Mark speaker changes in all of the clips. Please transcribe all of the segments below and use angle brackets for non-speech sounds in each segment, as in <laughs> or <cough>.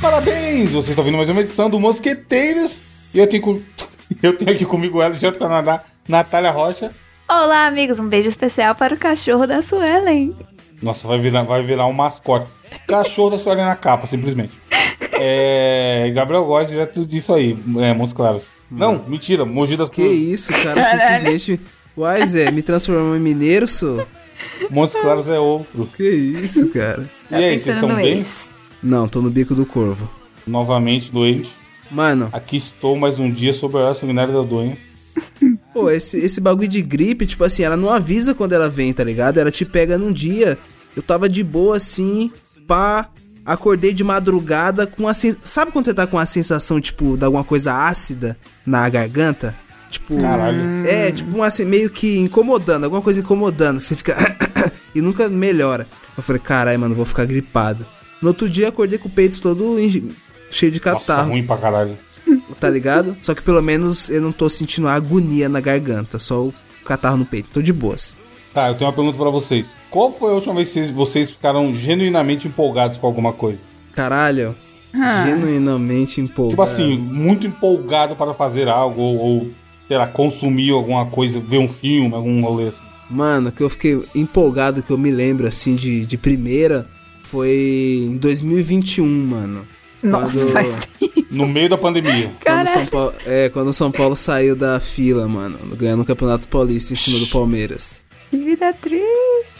Speaker 1: Parabéns! Vocês estão ouvindo mais uma edição do Mosqueteiros. E eu tenho, com- <laughs> eu tenho aqui comigo ela, direto do Canadá, Natália Rocha.
Speaker 2: Olá, amigos. Um beijo especial para o cachorro da Suelen.
Speaker 1: Nossa, vai virar, vai virar um mascote. Cachorro da Sueli na capa, simplesmente. É, Gabriel Góes, direto disso aí, é, Montes Claros. Não, mentira, Mogi das
Speaker 3: Que isso, cara, simplesmente... Uai, Zé, me transformou em mineiro, sou?
Speaker 1: Montes Claros é outro.
Speaker 3: Que isso, cara.
Speaker 2: Tá
Speaker 1: E aí, vocês estão bem?
Speaker 3: Não, tô no bico do corvo.
Speaker 1: Novamente doente.
Speaker 3: Mano,
Speaker 1: Aqui estou mais um dia sobre a hora seminária da doença.
Speaker 3: Pô, esse, esse bagulho de gripe, tipo assim, ela não avisa quando ela vem, tá ligado? Ela te pega num dia. Eu tava de boa assim, pá. Acordei de madrugada com a sensação. Sabe quando você tá com a sensação, tipo, de alguma coisa ácida na garganta? Tipo.
Speaker 1: Caralho.
Speaker 3: É, tipo, um assim, meio que incomodando, alguma coisa incomodando. Você fica. <coughs> e nunca melhora. Eu falei, caralho, mano, vou ficar gripado. No outro dia acordei com o peito todo enche- cheio de
Speaker 1: Nossa,
Speaker 3: catarro
Speaker 1: ruim pra caralho.
Speaker 3: tá ligado? Só que pelo menos eu não tô sentindo a agonia na garganta, só o catarro no peito. Tô de boas.
Speaker 1: Tá, eu tenho uma pergunta pra vocês. Qual foi a última vez que vocês- vocês ficaram genuinamente empolgados com alguma coisa?
Speaker 3: Caralho, genuinamente empolgado.
Speaker 1: Tipo assim, muito empolgado para fazer algo ou, ou, sei lá, consumir alguma coisa, ver um filme, algum rolê. assim.
Speaker 3: Mano, que eu fiquei empolgado, que eu me lembro, assim, de, de primeira, foi em 2021, mano.
Speaker 2: Nossa,
Speaker 3: Quando-
Speaker 2: faz tempo.
Speaker 1: No meio da pandemia.
Speaker 3: Quando o,
Speaker 2: Caralho.
Speaker 3: São Paulo, é, quando o São Paulo saiu da fila, mano, ganhando o Campeonato Paulista em cima do Palmeiras.
Speaker 2: Que vida triste.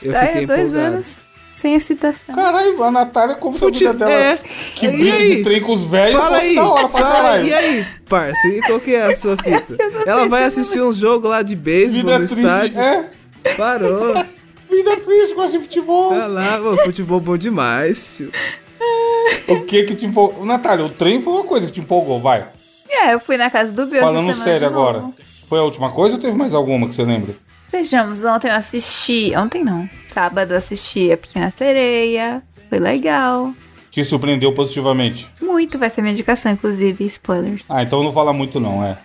Speaker 3: Eu
Speaker 2: Tá aí
Speaker 3: fiquei
Speaker 2: há dois
Speaker 3: empolgado.
Speaker 2: anos sem excitação.
Speaker 1: Caralho, a Natália, como foi a vida
Speaker 3: Fute-
Speaker 1: dela?
Speaker 3: é.
Speaker 1: Que
Speaker 3: E
Speaker 1: briga de
Speaker 3: aí?
Speaker 1: trem com os velhos.
Speaker 3: Fala
Speaker 1: pô,
Speaker 3: aí,
Speaker 1: da hora pra
Speaker 3: fala aí,
Speaker 1: caralho.
Speaker 3: e aí, parça? E qual que é
Speaker 2: <laughs>
Speaker 3: a sua fita? Ela vai assistir
Speaker 2: é.
Speaker 3: um jogo lá de beisebol
Speaker 1: Vida
Speaker 3: no
Speaker 1: triste.
Speaker 3: estádio.
Speaker 1: É,
Speaker 3: Parou.
Speaker 1: vida triste, gosta de futebol.
Speaker 3: Tá lá, mano, futebol bom demais, tio. <laughs>
Speaker 1: O que que te empolgou? Natália, o trem foi uma coisa que te empolgou, vai.
Speaker 2: É, eu fui na casa do Bill. essa
Speaker 1: Falando
Speaker 2: semana
Speaker 1: sério
Speaker 2: de novo.
Speaker 1: agora. Foi a última coisa ou teve mais alguma que você lembra?
Speaker 2: Vejamos, ontem eu assisti. Ontem não. Sábado eu assisti A Pequena Sereia. Foi legal.
Speaker 1: Te surpreendeu positivamente?
Speaker 2: Muito vai ser minha indicação, inclusive. Spoilers.
Speaker 1: Ah, então não fala muito não, é.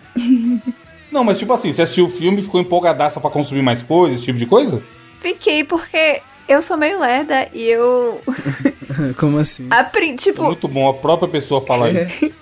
Speaker 1: não, mas tipo assim, você assistiu o filme e ficou empolgadaça pra consumir mais coisas, esse tipo de coisa?
Speaker 2: Fiquei porque eu sou meio lerda e eu. <laughs>
Speaker 3: Como assim?
Speaker 2: aprendi.
Speaker 1: É
Speaker 2: Tipo,
Speaker 1: muito bom a própria pessoa falar
Speaker 3: É.
Speaker 1: isso.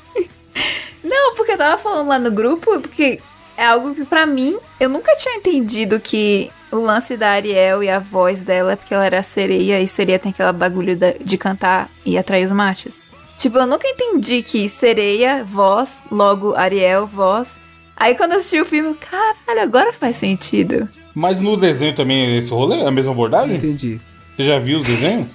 Speaker 2: Não, porque eu tava falando lá no grupo, porque é algo que pra mim, eu nunca tinha entendido que o lance da Ariel e a voz dela, é porque ela era sereia e sereia tem aquela bagulho da- de cantar e atrair os machos. Tipo, eu nunca entendi que sereia, voz, logo Ariel, voz. Aí quando eu assisti o filme, eu, caralho, agora faz sentido.
Speaker 1: Mas no desenho também é esse rolê? É a mesma abordagem?
Speaker 3: Entendi.
Speaker 1: Você já viu os desenhos?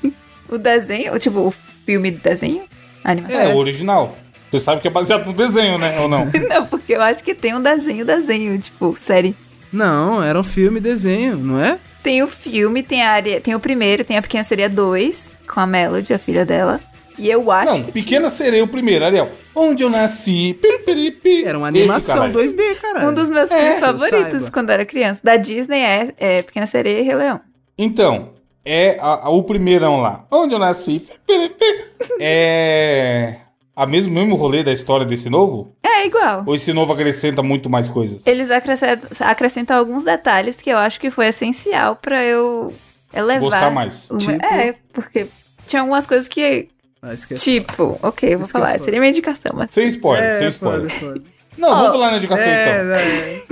Speaker 2: O desenho, tipo, o filme do desenho? A Animação.
Speaker 1: É, o original. Você sabe que é baseado no desenho, né? Ou não?
Speaker 2: <laughs> Não, porque eu acho que tem um desenho, desenho, tipo, série.
Speaker 3: Não, era um filme e desenho, não é?
Speaker 2: Tem o filme, tem a área, tem o primeiro, tem a Pequena Sereia 2, com a Melody, a filha dela. E eu acho
Speaker 1: Não,
Speaker 2: que
Speaker 1: Pequena Sereia, o primeiro, Ariel. Onde eu nasci. Piripiripi.
Speaker 3: Era uma
Speaker 1: Esse,
Speaker 3: animação
Speaker 1: caralho.
Speaker 3: 2D, cara.
Speaker 2: tinha um dos meus
Speaker 3: É,
Speaker 2: filmes
Speaker 3: que eu
Speaker 2: favoritos
Speaker 3: saiba.
Speaker 2: quando eu era criança. Da Disney é, é Pequena Sereia e Rei Leão.
Speaker 1: Então, é a- a- o primeirão lá. Onde eu nasci. Piripiripi. É... A mesmo, mesmo rolê da história desse novo?
Speaker 2: É igual.
Speaker 1: Ou esse novo acrescenta muito mais coisas?
Speaker 2: Eles acrescentam, acrescentam alguns detalhes que eu acho que foi essencial pra eu elevar.
Speaker 1: Gostar mais.
Speaker 2: o meu-
Speaker 3: Tipo?
Speaker 2: É, porque tinha algumas coisas que.
Speaker 3: Ah, esquece.
Speaker 2: Tipo, ok, eu vou
Speaker 3: Isso que eu
Speaker 2: falar.
Speaker 3: falo.
Speaker 2: Seria minha indicação, mas.
Speaker 1: Sem spoiler, sem
Speaker 3: É,
Speaker 1: spoiler.
Speaker 3: foda, foda.
Speaker 1: Não,
Speaker 2: Ó,
Speaker 1: vamos falar na indicação
Speaker 3: É,
Speaker 1: então.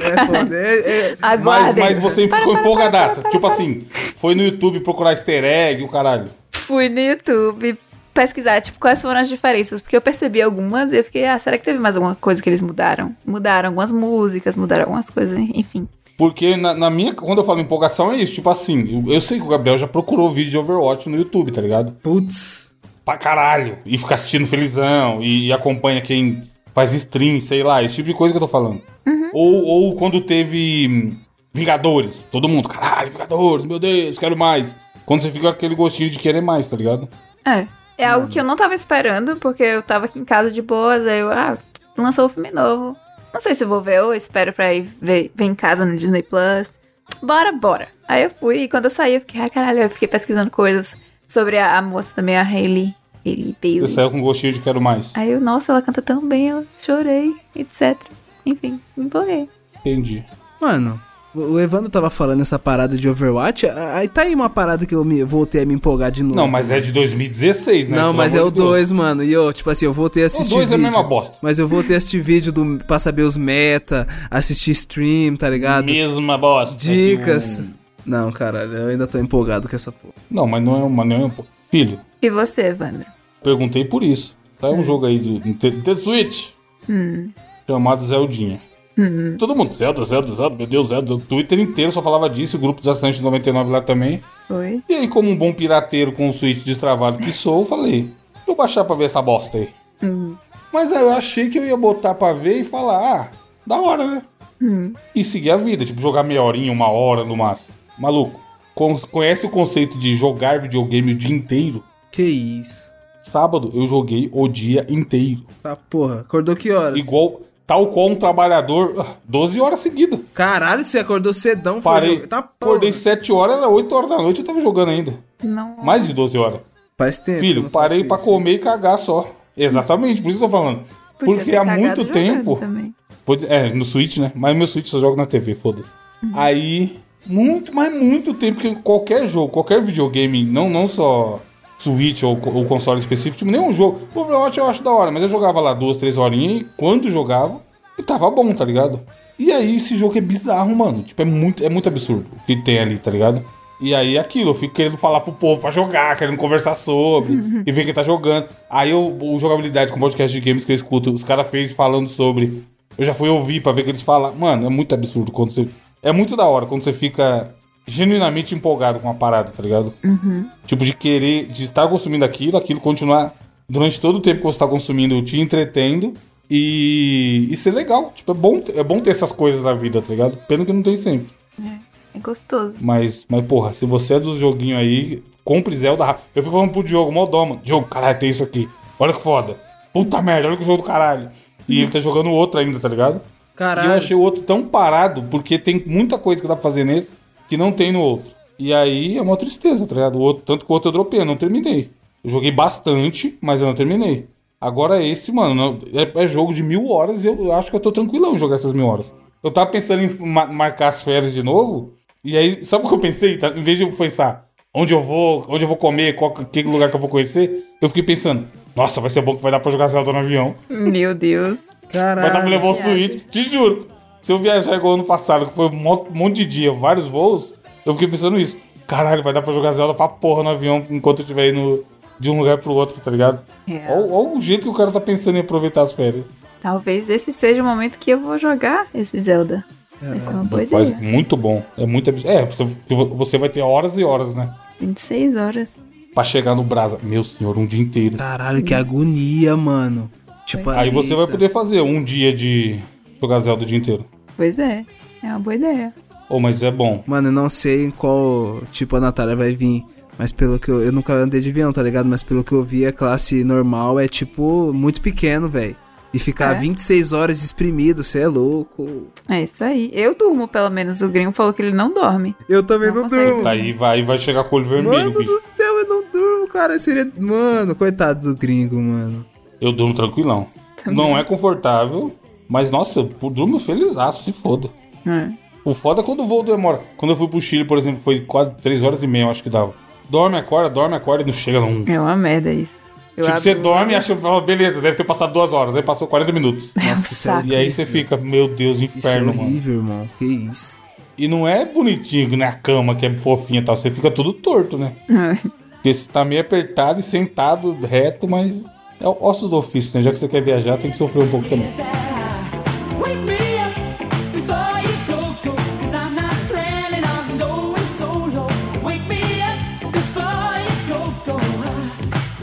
Speaker 3: é, é foda. É, é.
Speaker 1: Mas,
Speaker 2: Aguardem.
Speaker 1: mas você ficou empolgadaça. Tipo assim, foi no YouTube procurar easter egg, o caralho.
Speaker 2: fui no YouTube pesquisar, tipo, quais foram as diferenças. Porque eu percebi algumas e eu fiquei, ah, será que teve mais alguma coisa que eles mudaram? Mudaram algumas músicas, mudaram algumas coisas, enfim.
Speaker 1: Porque na, na minha. Quando eu falo empolgação, é isso. Tipo assim, eu, eu sei que o Gabriel já procurou vídeo de Overwatch no YouTube, tá ligado?
Speaker 3: Putz.
Speaker 1: Pra caralho. E fica assistindo felizão. E, e acompanha quem faz stream, sei lá. Esse tipo de coisa que eu tô falando.
Speaker 3: Uhum.
Speaker 1: Ou, ou quando teve. hum, Vingadores. Todo mundo, caralho, Vingadores, meu Deus, quero mais. Quando você fica com aquele gostinho de querer mais, tá ligado?
Speaker 2: É. É algo que eu não tava esperando, porque eu tava aqui em casa de boas, aí eu, ah, lançou um filme novo. Não sei se eu vou ver ou espero pra ir ver, ver em casa no Disney Plus. Bora, bora. Aí eu fui e quando eu saí, eu fiquei, ah, caralho, eu fiquei pesquisando coisas sobre a, a moça também, a Hailey. Hailey
Speaker 1: Você
Speaker 2: Bailey.
Speaker 1: saiu com um gostinho de quero mais.
Speaker 2: Aí eu, nossa, ela canta tão bem, ela chorei, etc. Enfim, me empolguei.
Speaker 1: Entendi.
Speaker 3: Mano, O Evandro tava falando essa parada de Overwatch, aí tá aí uma parada que eu me, voltei a me empolgar de novo.
Speaker 1: Não, mas é de 2016, né?
Speaker 3: Não,
Speaker 1: Pelo
Speaker 3: mas é
Speaker 1: amor
Speaker 3: o
Speaker 1: de Deus.
Speaker 3: 2, mano. E eu, tipo assim, eu voltei a assistir.
Speaker 1: dois é a
Speaker 3: vídeo,
Speaker 1: mesma bosta.
Speaker 3: Mas eu voltei a assistir vídeo do, pra saber os meta, assistir stream, tá ligado?
Speaker 1: Mesma bosta.
Speaker 3: Dicas.
Speaker 1: que o-
Speaker 3: Não, caralho, eu ainda tô empolgado com essa porra.
Speaker 1: Não, mas não é uma. Não é um... Filho,
Speaker 2: E você, Evandro?
Speaker 1: perguntei por isso. Tá um jogo aí de Nintendo Nintendo Switch. Chamado Zeldinha. Todo mundo, Zelda, Zelda, Zelda, meu Deus, Zelda. O Twitter inteiro só falava disso, o grupo dos assinantes 99 lá também.
Speaker 2: Oi?
Speaker 1: E aí, como um bom pirateiro com o Switch destravado que sou, eu falei, deixa eu baixar pra ver essa bosta aí. Mas aí eu achei que eu ia botar pra ver e falar, ah, da hora, né? E seguir a vida, tipo, jogar meia horinha, uma hora no máximo. Maluco, con- conhece o conceito de jogar videogame o dia inteiro?
Speaker 3: Que isso?
Speaker 1: Sábado eu joguei o dia inteiro.
Speaker 3: Tá porra, acordou que horas?
Speaker 1: Igual, tal qual um trabalhador, ah, 12 horas seguidas.
Speaker 3: Caralho, você acordou cedão, foi
Speaker 1: Parei,
Speaker 3: jogar- Tá porra.
Speaker 1: acordei 7 horas, era 8 horas da noite, eu tava jogando ainda.
Speaker 2: Não.
Speaker 1: Mais de 12 horas.
Speaker 3: Faz tempo. eu
Speaker 1: Filho,
Speaker 3: não
Speaker 1: parei
Speaker 3: faço
Speaker 1: pra
Speaker 3: isso.
Speaker 1: comer e cagar só. Exatamente, por isso que eu tô falando.
Speaker 2: Podia
Speaker 1: Porque
Speaker 2: ter
Speaker 1: há
Speaker 2: cagado
Speaker 1: muito
Speaker 2: jogando então?
Speaker 1: tempo.
Speaker 2: também.
Speaker 1: Foi- É, no Switch, né? Mas meu Switch só jogo na TV, foda-se. Aí, muito, mas muito tempo que qualquer jogo, qualquer videogame, não, não só Switch ou, co- ou console específico, tipo, nenhum jogo. O Overwatch eu acho da hora, mas eu jogava lá duas, três horinhas e quando jogava, e tava bom, tá ligado? E aí, esse jogo é bizarro, mano. Tipo, é muito, é muito absurdo o que tem ali, tá ligado? E aí, é aquilo, eu fico querendo falar pro povo pra jogar, querendo conversar sobre, e ver quem tá jogando. Aí, eu, o jogabilidade com o podcast de games que eu escuto, os caras fez falando sobre eu já fui ouvir pra ver o que eles falam. Mano, é muito absurdo quando você. É muito da hora quando você fica genuinamente empolgado com uma parada, tá ligado? Tipo, de querer, de estar consumindo aquilo, aquilo continuar durante todo o tempo que você tá consumindo, te entretendo e, e ser legal. Tipo, é bom, é bom ter essas coisas na vida, tá ligado? Pena que não tem sempre.
Speaker 2: É gostoso.
Speaker 1: Mas, mas porra, se você é dos joguinhos aí, compre Zelda rápido. Eu fico falando pro Diogo, mó dó, mano. Diogo, caralho, tem isso aqui. Olha que foda. Puta merda, olha que jogo do caralho. E ele tá jogando outro ainda, tá ligado? E eu
Speaker 3: Caralho.
Speaker 1: achei o outro tão parado, porque tem muita coisa que dá pra fazer nesse que não tem no outro. E aí é uma tristeza, tá ligado? O outro, tanto que o outro eu dropei, eu não terminei. Eu joguei bastante, mas eu não terminei. Agora esse, mano, não- é, é jogo de mil horas e eu acho que eu tô tranquilão em jogar essas mil horas. Eu tava pensando em ma- marcar as férias de novo, e aí, sabe o que eu pensei? Tá? Em vez de eu pensar onde eu vou, onde eu vou comer, qual que que lugar que eu vou conhecer, eu fiquei pensando, nossa, vai ser bom que vai dar pra jogar Zelda no avião.
Speaker 2: Meu Deus.
Speaker 1: Vai tá dar pra
Speaker 3: Caralho.
Speaker 1: levar o suíte, te juro. Se eu viajar igual ano passado, que foi um mo- monte de dia, vários voos, eu fiquei pensando isso. Caralho, vai dar pra jogar Zelda pra porra no avião enquanto eu estiver indo de um lugar pro outro, tá ligado?
Speaker 2: É.
Speaker 1: Olha o jeito que o cara tá pensando em aproveitar as férias.
Speaker 2: Talvez esse seja o momento que eu vou jogar esse Zelda. Essa é uma coisa
Speaker 1: Faz
Speaker 2: aí.
Speaker 1: muito bom. É muito abs- É, você, você vai ter horas e horas, né?
Speaker 2: 26 horas.
Speaker 1: Pra chegar no Brasa. Meu senhor, um dia inteiro.
Speaker 3: Caralho, que agonia, mano. Tipo,
Speaker 1: Aí você vai
Speaker 3: eita.
Speaker 1: poder fazer um dia de jogar Zelda o dia inteiro.
Speaker 2: Pois é. É uma boa ideia.
Speaker 1: Oh, mas é bom.
Speaker 3: Mano, eu não sei em qual tipo a Natália vai vir. Mas pelo que eu. Eu nunca andei de avião, tá ligado? Mas pelo que eu vi, a classe normal é tipo muito pequeno, velho. E ficar
Speaker 2: É?
Speaker 3: 26 horas exprimido, você é louco.
Speaker 2: É isso aí. Eu durmo, pelo menos. O gringo falou que ele não dorme.
Speaker 3: Eu também
Speaker 2: Não
Speaker 3: não,
Speaker 2: consegue.
Speaker 3: durmo.
Speaker 1: Tá aí, vai, vai chegar com o olho vermelho,
Speaker 3: Mano
Speaker 1: bicho.
Speaker 3: do céu, eu não durmo, cara. Seria. Mano, coitado do gringo,
Speaker 2: <laughs>
Speaker 3: mano.
Speaker 1: Eu durmo tranquilão.
Speaker 2: Também.
Speaker 1: Não é confortável, mas nossa, eu durmo feliz, se foda.
Speaker 2: É.
Speaker 1: O foda é quando o voo demora. Quando eu fui pro Chile, por exemplo, foi quase 3 horas e meia, eu acho que dava. Dorme, acorda, dorme, acorda e não chega não.
Speaker 2: É uma merda isso. Eu
Speaker 1: tipo, você
Speaker 2: abro-
Speaker 1: dorme e acha, fala, beleza, deve ter passado duas horas, aí passou 40 minutos.
Speaker 2: É um
Speaker 3: Nossa, isso é
Speaker 2: saco.
Speaker 1: E aí
Speaker 3: <laughs>
Speaker 1: você fica, meu Deus,
Speaker 3: Isso
Speaker 1: inferno,
Speaker 3: é
Speaker 1: mano.
Speaker 3: horrível, irmão. Que isso.
Speaker 1: E não é bonitinho, né? A cama que é fofinha e tal, você fica tudo torto, né? Porque você tá meio apertado e sentado reto, mas é o osso do ofício, né? Já que você quer viajar, tem que sofrer um pouco também.
Speaker 4: Wake me up before you go, go, cause I'm not planning on going solo. Wake me up before you go, go.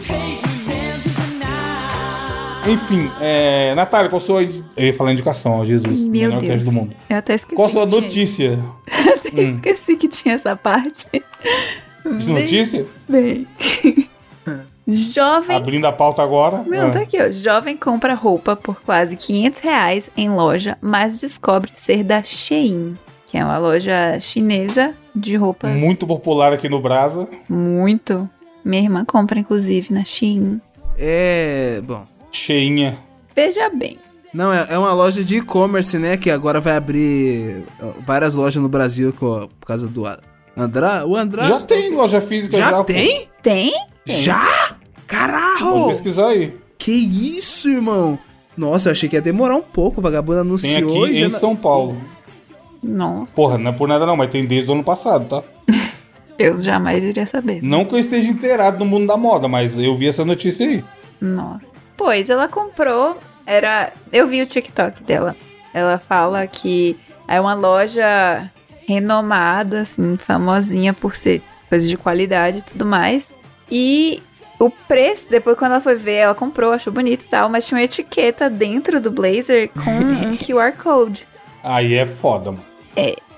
Speaker 4: Take me dancing tonight.
Speaker 1: Enfim, é... Natália, qual sua. indi- Eu ia falar indicação, ó, Jesus.
Speaker 2: <laughs> Meu
Speaker 1: melhor
Speaker 2: Deus.
Speaker 1: queijo do mundo.
Speaker 2: Eu até esqueci.
Speaker 1: Qual sua
Speaker 2: que tinha
Speaker 1: notícia?
Speaker 2: <laughs> isso. Eu
Speaker 1: Hum.
Speaker 2: esqueci que tinha essa parte.
Speaker 1: De notícia? <laughs>
Speaker 2: Bem. Jovem.
Speaker 1: Abrindo a pauta agora.
Speaker 2: Não,
Speaker 1: Ah.
Speaker 2: tá aqui, ó. Jovem compra roupa por quase 500 reais em loja, mas descobre ser da Shein, que é uma loja chinesa de roupas.
Speaker 1: Muito popular aqui no Brasa.
Speaker 2: Muito. Minha irmã compra, inclusive, na Shein.
Speaker 3: É. Bom.
Speaker 1: Cheinha.
Speaker 2: Veja bem.
Speaker 3: Não, é, é uma loja de e-commerce, né? Que agora vai abrir ó, várias lojas no Brasil co- por causa do A- Andrá. O Andrá.
Speaker 1: Já tem loja física
Speaker 3: Já
Speaker 1: já. pô.
Speaker 3: tem?
Speaker 2: Tem?
Speaker 3: Já?
Speaker 1: Vamos
Speaker 3: Caralho!
Speaker 1: pesquisar aí.
Speaker 3: Que isso, irmão? Nossa, eu achei que ia demorar um pouco. O vagabundo
Speaker 1: Tem
Speaker 3: anunciou.
Speaker 1: aqui
Speaker 3: e já
Speaker 1: em
Speaker 3: na-
Speaker 1: São Paulo.
Speaker 2: Nossa,
Speaker 1: Porra, não é por nada não, mas tem desde o ano passado, tá?
Speaker 2: eu jamais iria saber.
Speaker 1: Não que eu esteja inteirado no mundo da moda, mas eu vi essa notícia aí.
Speaker 2: Nossa. Pois ela comprou, era, eu vi o TikTok dela. Ela fala que é uma loja renomada, assim, famosinha por ser coisa de qualidade e tudo mais. E o preço, depois quando ela foi ver, ela comprou, achou bonito e tal, mas tinha uma etiqueta dentro do blazer com um QR Code.
Speaker 1: Aí é foda, mano.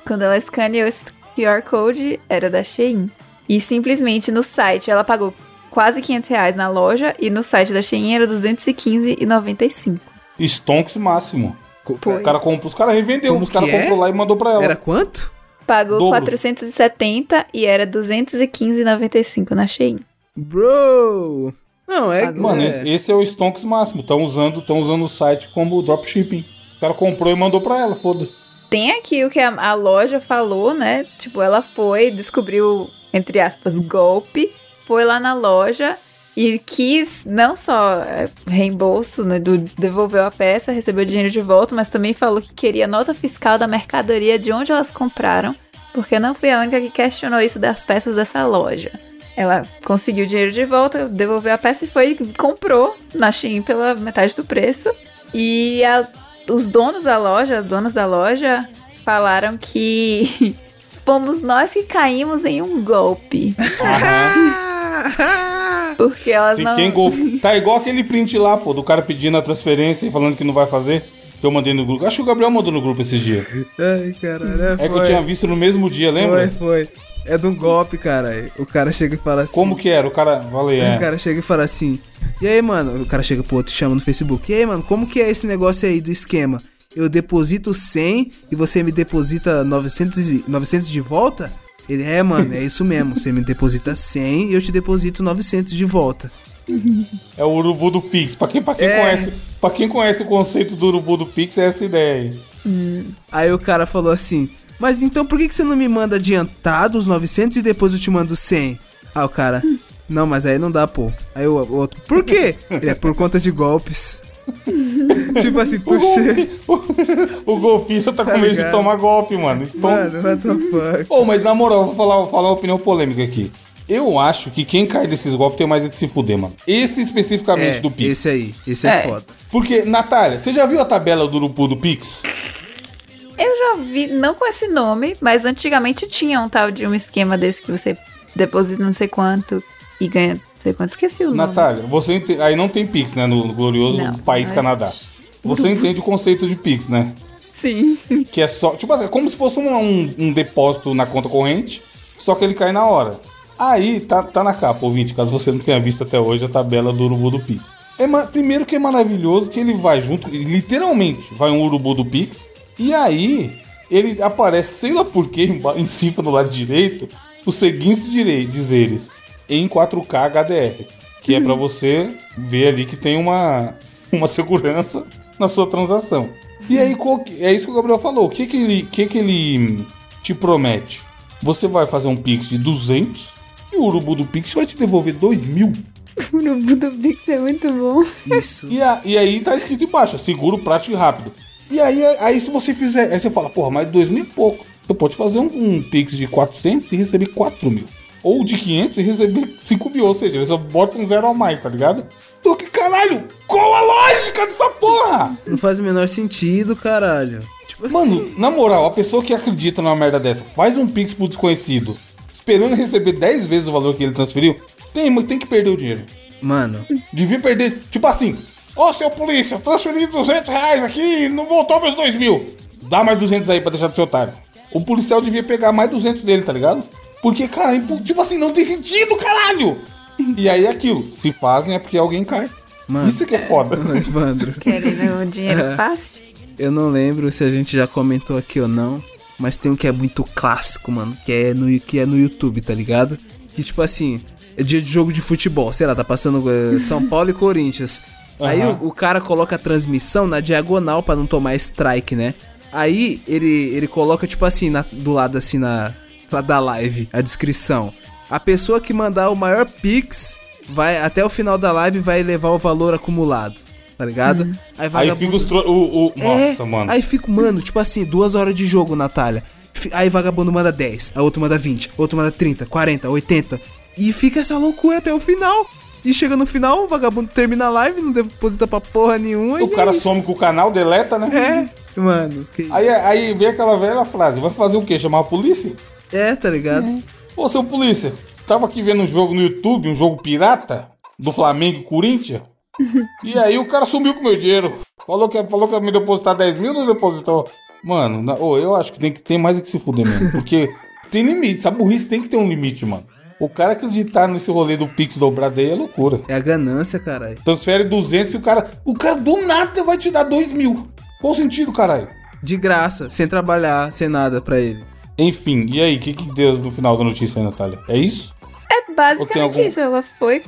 Speaker 2: Quando ela escaneou esse QR Code, era da Shein. E simplesmente no site, ela pagou quase 500 reais na loja e no site da Shein era 215,95.
Speaker 1: Stonks máximo.
Speaker 2: Pois.
Speaker 1: O cara comprou, os caras revendeu,
Speaker 3: Como
Speaker 1: os caras
Speaker 3: que é?
Speaker 1: comprou lá e mandou pra ela.
Speaker 3: Era quanto?
Speaker 2: Pagou
Speaker 1: Dobro.
Speaker 2: 470 e era 215,95 na Shein.
Speaker 3: Bro! Não, é.
Speaker 2: Agora-
Speaker 1: Mano,
Speaker 3: é-
Speaker 1: esse, esse é o Stonks máximo. Estão usando, tão usando o site como dropshipping. O cara comprou e mandou pra ela, foda-se.
Speaker 2: Tem aqui o que a, a loja falou, né? Tipo, ela foi, descobriu, entre aspas, golpe, foi lá na loja e quis não só é, reembolso, né? Do, devolveu a peça, recebeu o dinheiro de volta, mas também falou que queria nota fiscal da mercadoria de onde elas compraram, porque não fui a única que questionou isso das peças dessa loja. Ela conseguiu o dinheiro de volta, devolveu a peça e foi e comprou na Shein pela metade do preço. E a os donos da loja, as donas da loja, falaram que <laughs> fomos nós que caímos em um golpe.
Speaker 1: Aham.
Speaker 3: Ah!
Speaker 2: Porque elas não.
Speaker 1: Fiquei em gol. Tá igual aquele print lá, pô, do cara pedindo a transferência e falando que não vai fazer. Que eu mandei no grupo. Acho que o Gabriel mandou no grupo esses dias.
Speaker 3: <laughs> Ai, caralho. É,
Speaker 1: É que
Speaker 3: foi.
Speaker 1: eu tinha visto no mesmo dia, lembra?
Speaker 3: Foi, foi. É de um golpe, cara. O cara chega e fala assim.
Speaker 1: Como que era? O cara. Falei,
Speaker 3: Aí
Speaker 1: é.
Speaker 3: O cara chega e fala assim: E aí, mano? O cara chega pro outro e chama no Facebook: E aí, mano, como que é esse negócio aí do esquema? Eu deposito 100 e você me deposita 900, e- 900 de volta? Ele é, mano, é isso mesmo. Você me deposita 100 e eu te deposito 900 de volta.
Speaker 1: É o urubu do Pix. Pra quem, pra quem,
Speaker 3: É.
Speaker 1: conhece, pra quem conhece o conceito do urubu do Pix, é essa ideia aí.
Speaker 3: Aí o cara falou assim: Mas então por que, que você não me manda adiantado os 900 e depois eu te mando 100? Ah, o cara: Não, mas aí não dá, pô. Aí o o outro: Por quê? Ele é por conta de golpes. <laughs> tipo assim,
Speaker 1: O,
Speaker 3: tu chega.
Speaker 1: golpe, <laughs> o, o golpista tá com medo de
Speaker 3: ligado?
Speaker 1: tomar golpe, mano. Estou...
Speaker 3: Mano, what the fuck?
Speaker 1: Ô, mas na moral, eu vou falar, vou falar uma opinião polêmica aqui. Eu acho que quem cai desses golpes tem mais é que se fuder, mano. Esse especificamente
Speaker 3: É,
Speaker 1: do Pix.
Speaker 3: esse aí, esse é,
Speaker 2: É.
Speaker 3: foda.
Speaker 1: Porque, Natália, você já viu a tabela do urubu do Pix?
Speaker 2: Eu já vi, não com esse nome, mas antigamente tinha um tal de um esquema desse que você deposita não sei quanto e ganha não sei quanto. Esqueci o nome.
Speaker 1: Natália, você ente- aí não tem Pix, né? No glorioso
Speaker 2: Não,
Speaker 1: país
Speaker 2: não
Speaker 1: Canadá.
Speaker 2: existe.
Speaker 1: Você entende o conceito de Pix, né?
Speaker 2: Sim. <laughs>
Speaker 1: Que é só. Tipo assim, é como se fosse um, um- um depósito na conta corrente, só que ele cai na hora. Aí, tá, tá na capa, ouvinte, caso você não tenha visto até hoje a tabela do urubu do Pix. É ma- Primeiro que é maravilhoso que ele vai junto, e literalmente, vai um urubu do Pix, e aí ele aparece, sei lá por que, emba- <laughs> em cima do lado direito, os seguintes direi- dizeres em 4K HDR, que é pra você ver ali que tem uma, uma segurança na sua transação. E aí, qual que- é isso que o Gabriel falou. O que que ele, que que ele te promete? Você vai fazer um Pix de 200 e o urubu do Pix vai te devolver 2 mil.
Speaker 2: O urubu do Pix é muito bom.
Speaker 3: Isso.
Speaker 1: E, a- e aí tá escrito embaixo, seguro, prático e rápido. E aí, aí se você fizer, aí você fala, porra, mas 2 mil é pouco. Você pode fazer um, um Pix de 400 e receber 4 mil. Ou de 500 e receber 5 mil. Ou seja, eles só botam um zero a mais, tá ligado? Tô que caralho, qual a lógica dessa porra?
Speaker 3: Não faz o menor sentido, caralho. Tipo assim.
Speaker 1: Mano, na moral, a pessoa que acredita numa merda dessa, faz um pix pro desconhecido, esperando receber 10 vezes o valor que ele transferiu, tem, mas tem que perder o dinheiro.
Speaker 3: Mano, <laughs>
Speaker 1: Devia perder, tipo assim, ô seu polícia, eu transferi 200 reais aqui e não voltou meus 2 mil. Dá mais 200 aí pra deixar do seu otário. O policial devia pegar mais 200 dele, tá ligado? Porque, cara, é impo- tipo assim, não tem sentido, caralho! E aí é aquilo, se fazem é porque alguém cai.
Speaker 3: Mano.
Speaker 1: Isso que é foda.
Speaker 3: Evandro,
Speaker 2: Querendo dinheiro
Speaker 3: É.
Speaker 2: fácil?
Speaker 3: eu não lembro se a gente já comentou aqui ou não, mas tem um que é muito clássico, mano, que é no, que é no YouTube, tá ligado? Que tipo assim, é dia de jogo de futebol, sei lá, tá passando eh, São Paulo e Corinthians. Aí
Speaker 1: Aham.
Speaker 3: o, o cara coloca a transmissão na diagonal pra não tomar strike, né? Aí ele, ele coloca, tipo assim, na- do lado assim na, lá da live, a descrição. A pessoa que mandar o maior pix vai até o final da live vai levar o valor acumulado, tá ligado?
Speaker 1: Aí fica os tro... o, o-
Speaker 3: É,
Speaker 1: Nossa, mano.
Speaker 3: Aí fico, mano, tipo assim, duas horas de jogo, Natália. Fi- Aí vagabundo manda 10, a outro manda 20, outro manda 30, 40, 80. E fica essa loucura até o final. E chega no final, o vagabundo termina a live, não deposita pra porra nenhuma.
Speaker 1: O
Speaker 3: e
Speaker 1: cara
Speaker 3: é isso.
Speaker 1: some com o canal, deleta, né?
Speaker 3: É, mano. que-
Speaker 1: Aí, aí vem aquela velha frase, vai fazer o quê? Chamar a polícia?
Speaker 3: É, tá ligado?
Speaker 1: Ô, seu polícia, tava aqui vendo um jogo no YouTube, um jogo pirata, do Flamengo e Corinthians. E aí o cara sumiu com o meu dinheiro. Falou que, falou que ia me depositar 10 mil, não depositou. Mano, na- ô, eu acho que tem que ter mais é que se fuder mesmo. Porque tem limite, essa burrice tem que ter um limite, mano. O cara acreditar nesse rolê do Pix dobrado aí é loucura.
Speaker 3: É a ganância, caralho.
Speaker 1: Transfere 200 e o cara... O cara do nada vai te dar 2 mil. Qual o sentido, caralho?
Speaker 3: De graça, sem trabalhar, sem nada pra ele.
Speaker 1: Enfim, e aí, o que, que deu no final da notícia aí, Natália? É isso?
Speaker 2: É
Speaker 1: Ou tem
Speaker 2: basicamente
Speaker 1: algum-
Speaker 2: isso. Ela foi,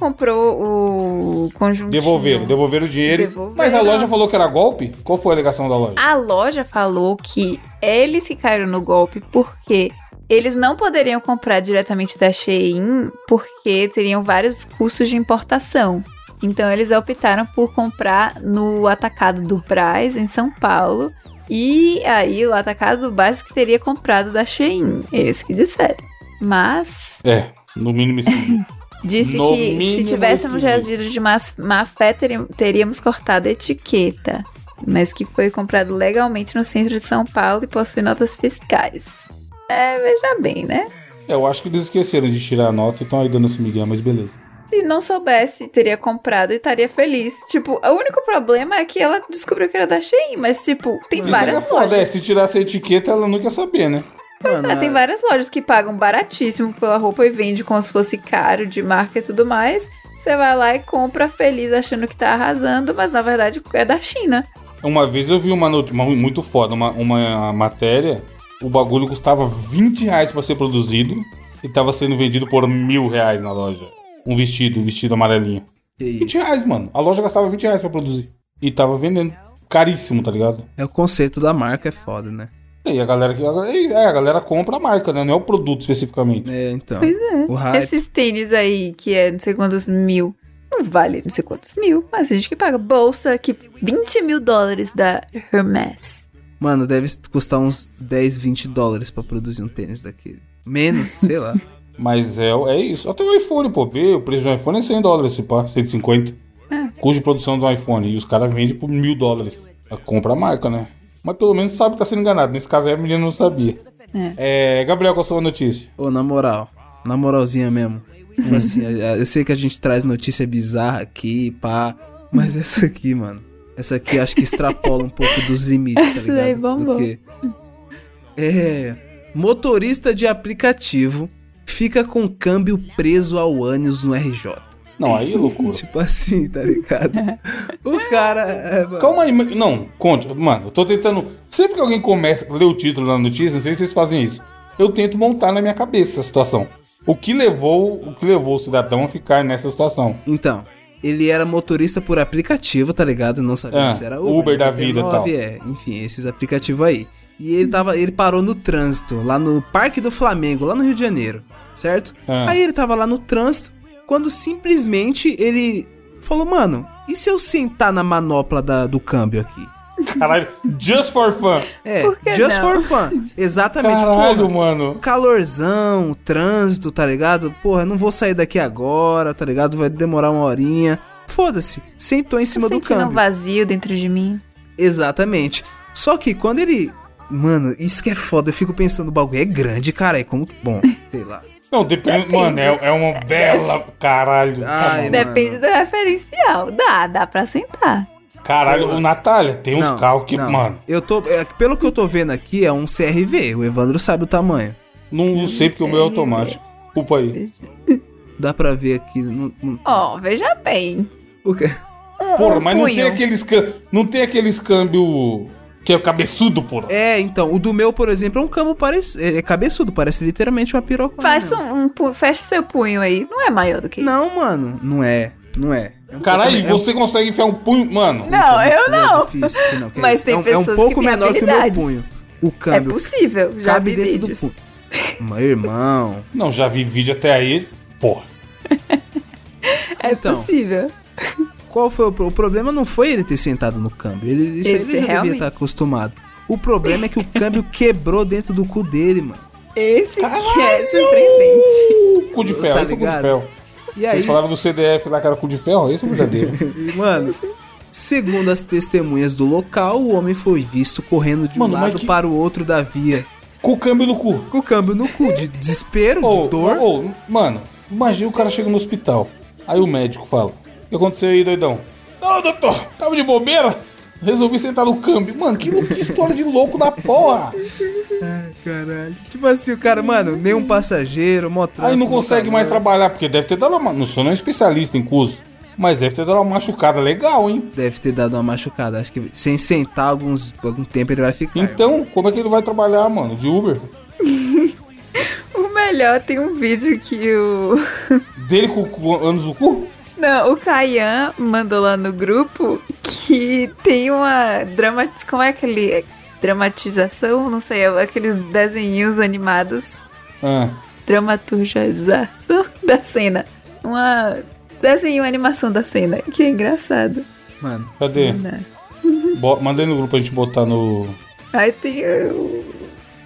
Speaker 2: comprou o conjunto.
Speaker 1: Devolveram, devolveram o dinheiro.
Speaker 2: Devolveram.
Speaker 1: Mas a loja falou que era golpe? Qual foi a alegação da loja?
Speaker 2: A loja falou que eles que caíram no golpe porque eles não poderiam comprar diretamente da Shein porque teriam vários custos de importação. Então eles optaram por comprar no atacado do Braz em São Paulo. E aí o atacado do Braz que teria comprado da Shein. Esse que disseram. Mas
Speaker 1: É, no mínimo
Speaker 2: <laughs>
Speaker 1: esquisito.
Speaker 2: Disse
Speaker 1: No
Speaker 2: que se
Speaker 1: mínimo
Speaker 2: tivéssemos
Speaker 1: esquisito.
Speaker 2: reagido de má, má fé, teri- teríamos cortado a etiqueta. Mas que foi comprado legalmente no centro de São Paulo e possui notas fiscais. É, veja bem, né?
Speaker 1: é, eu acho que eles esqueceram de tirar a nota e estão aí dando esse migué, mas beleza.
Speaker 2: Se não soubesse, teria comprado e estaria feliz. Tipo, o único problema é que ela descobriu que era da Shein, mas, tipo, tem
Speaker 1: Isso que é
Speaker 2: várias
Speaker 1: foda, é,
Speaker 2: lojas.
Speaker 1: se tirasse a etiqueta, ela não quer saber, né?
Speaker 2: Pois é,
Speaker 3: Mano, ah,
Speaker 2: tem várias lojas que pagam baratíssimo pela roupa e vende como se fosse caro de marca e tudo mais. Você vai lá e compra feliz achando que tá arrasando, mas na verdade é da China.
Speaker 1: Uma vez eu vi uma notícia muito foda, uma, uma matéria, o bagulho custava 20 reais pra ser produzido e tava sendo vendido por mil reais na loja. Um vestido, um vestido amarelinho.
Speaker 3: Que
Speaker 1: 20
Speaker 3: isso.
Speaker 1: reais, mano. A loja gastava 20 reais pra produzir. E tava vendendo. Caríssimo, tá ligado?
Speaker 3: É o conceito da marca, é foda, né?
Speaker 1: E a galera que. É, a galera compra a marca, né? Não é o produto especificamente.
Speaker 3: É, então.
Speaker 2: Pois é.
Speaker 3: O hype.
Speaker 2: Esses tênis aí, que é não sei quantos mil, não vale não sei quantos mil, mas a gente que paga. Bolsa que 20 mil dólares da Hermes.
Speaker 3: Mano, deve custar uns 10, 20 dólares pra produzir um tênis daquele. Menos, <laughs> sei lá.
Speaker 1: Mas é, é isso. Até o iPhone, pô. Vê, o preço do iPhone é 100 dólares, se pá, 150. Custo de produção do iPhone. E os caras vendem por mil dólares. É, Compra a marca, né? Mas pelo menos sabe que tá sendo enganado. Nesse caso aí a menina não sabia. É, Gabriel, qual a sua notícia?
Speaker 3: Ô, na moral. Na moralzinha mesmo. Tipo
Speaker 2: <laughs>
Speaker 3: assim, eu eu sei que a gente traz notícia bizarra aqui, pá. Mas essa aqui, mano. Essa aqui acho que extrapola um pouco dos limites, tá
Speaker 2: Essa daí
Speaker 3: ligado? Do
Speaker 2: bombou.
Speaker 3: que- É. Motorista de aplicativo fica com o câmbio preso ao ânus no RJ.
Speaker 1: Não, aí é loucura.
Speaker 3: Tipo assim,
Speaker 2: <laughs>
Speaker 3: tá ligado? O cara. é, mano,
Speaker 1: Calma aí, mas- não, conte. Mano, eu tô tentando. Sempre que alguém começa a ler o título da notícia, não sei se vocês fazem isso. Eu tento montar na minha cabeça a situação. O que levou, o que levou o cidadão a ficar nessa situação?
Speaker 3: Então, ele era motorista por aplicativo, tá ligado? Não sabia
Speaker 1: Ah,
Speaker 3: se era
Speaker 1: Uber da vida e tal.
Speaker 3: 99, É, enfim, esses aplicativos aí. E ele tava, ele parou no trânsito, lá no Parque do Flamengo, lá no Rio de Janeiro, certo?
Speaker 1: Ah.
Speaker 3: Aí ele tava lá no trânsito, quando simplesmente ele falou, mano, e se eu sentar na manopla da- do câmbio aqui?
Speaker 1: Caralho, just for fun.
Speaker 3: É,
Speaker 2: Por que
Speaker 3: just
Speaker 2: não?
Speaker 3: for fun.
Speaker 2: <laughs>
Speaker 3: Exatamente.
Speaker 1: Caralho,
Speaker 3: porra,
Speaker 1: mano.
Speaker 3: calorzão, trânsito, tá ligado? Porra, não vou sair daqui agora, tá ligado? Vai demorar uma horinha. Foda-se, sentou em cima do
Speaker 2: Sentindo um
Speaker 3: câmbio.
Speaker 2: vazio dentro de mim.
Speaker 3: Exatamente. Só que quando ele. Mano, isso que é foda, eu fico pensando, o bagulho é grande, cara, é como que. Bom, sei lá.
Speaker 1: Não, depende. Mano, é, é uma bela. Caralho. tá
Speaker 3: Ai, né?
Speaker 1: bom.
Speaker 3: mano.
Speaker 2: Depende do referencial. Dá, dá pra sentar.
Speaker 1: Caralho, o Natália tem uns carros que,
Speaker 3: não.
Speaker 1: mano,
Speaker 3: Eu tô. é, pelo que eu tô vendo aqui, é um CRV. O Evandro sabe o tamanho.
Speaker 1: não sei porque o meu é automático. Culpa aí.
Speaker 3: Dá pra ver aqui. não- não-
Speaker 2: Ó, veja bem.
Speaker 3: o quê?
Speaker 2: Um,
Speaker 1: Porra,
Speaker 2: um
Speaker 1: mas não tem
Speaker 2: punho.
Speaker 1: aqueles câmbio. Não tem aqueles câmbio que é cabeçudo, porra.
Speaker 3: É, então, o do meu, por exemplo, é um campo parecido. É, é cabeçudo, parece literalmente uma piroca.
Speaker 2: Faz um, um pu- fecha seu punho aí. Não é maior do que isso.
Speaker 3: Não, mano, não é. Não é. é um
Speaker 1: Caralho,
Speaker 3: pouco- é um-
Speaker 1: você consegue enfiar um punho. Mano,
Speaker 2: Não, eu
Speaker 3: é
Speaker 2: não.
Speaker 3: difícil que não, que é
Speaker 2: Mas
Speaker 3: isso.
Speaker 2: tem
Speaker 3: é um,
Speaker 2: pessoas
Speaker 3: É um pouco
Speaker 2: que têm
Speaker 3: menor que o meu
Speaker 2: habilidades.
Speaker 3: punho. O
Speaker 2: É
Speaker 3: câmbio
Speaker 2: possível, já
Speaker 3: cabe
Speaker 2: vi
Speaker 3: dentro
Speaker 2: vídeos.
Speaker 3: do punho. Meu irmão.
Speaker 1: não, já vi vídeo até aí. Porra.
Speaker 2: É
Speaker 3: Então.
Speaker 2: possível.
Speaker 3: Qual foi o, pro- o problema? Não foi ele ter sentado no câmbio. Ele, isso
Speaker 2: Esse
Speaker 3: aí ele já devia
Speaker 2: realmente.
Speaker 3: estar acostumado. O problema é que o câmbio <laughs> quebrou dentro do cu dele, mano.
Speaker 2: Esse que é surpreendente.
Speaker 1: Uh, cu de ferro,
Speaker 3: Tá
Speaker 1: esse é o cu de
Speaker 3: ligado?
Speaker 1: ferro.
Speaker 3: E aí,
Speaker 1: Eles falaram do CDF lá, cara, cu de ferro, esse é o verdadeiro.
Speaker 3: <laughs> mano, segundo as testemunhas do local, o homem foi visto correndo de
Speaker 1: Mano,
Speaker 3: um
Speaker 1: mas
Speaker 3: lado
Speaker 1: que-
Speaker 3: para o outro da via.
Speaker 1: Com o câmbio no cu.
Speaker 3: Com o câmbio no cu, de desespero,
Speaker 1: Ô,
Speaker 3: de dor.
Speaker 1: ô, ô, mano, imagina o cara chega no hospital. Aí o médico fala: O que aconteceu aí, doidão? Não, doutor, tava de bobeira. Resolvi sentar no câmbio. Mano, que, lou- que história de louco da porra.
Speaker 3: Ai, caralho. Tipo assim, o cara, mano, nenhum passageiro, motor.
Speaker 1: Aí não consegue
Speaker 3: né?
Speaker 1: mais trabalhar, porque deve ter dado uma. Não sou não especialista em curso, mas deve ter dado uma machucada legal, hein?
Speaker 3: Deve ter dado uma machucada. Acho que sem sentar alguns, algum tempo ele vai ficar.
Speaker 1: Então, como é que ele vai trabalhar, mano, de Uber?
Speaker 2: O melhor, tem um vídeo que o.
Speaker 1: Dele com, com anos no cu?
Speaker 2: Não, o Kayan mandou lá no grupo que tem uma dramatiz... Como é aquele é dramatização? Não sei, é aqueles desenhinhos animados,
Speaker 1: Ah,
Speaker 2: dramaturgização <laughs> da cena. Uma desenho, uma animação da cena, que é engraçado.
Speaker 3: Mano,
Speaker 1: cadê?
Speaker 2: né?
Speaker 1: Bo mandei no grupo pra gente botar no.
Speaker 2: Aí tem uh,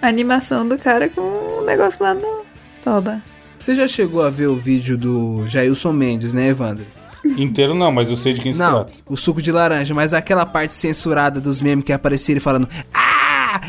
Speaker 2: a animação do cara com um negócio lá no toba.
Speaker 3: você já chegou a ver o vídeo do Jailson Mendes, né, Evandro?
Speaker 1: Inteiro não, mas eu sei de quem se
Speaker 3: Não,
Speaker 1: trata.
Speaker 3: o suco de laranja, mas aquela parte censurada dos memes que aparecia ele falando. Ah!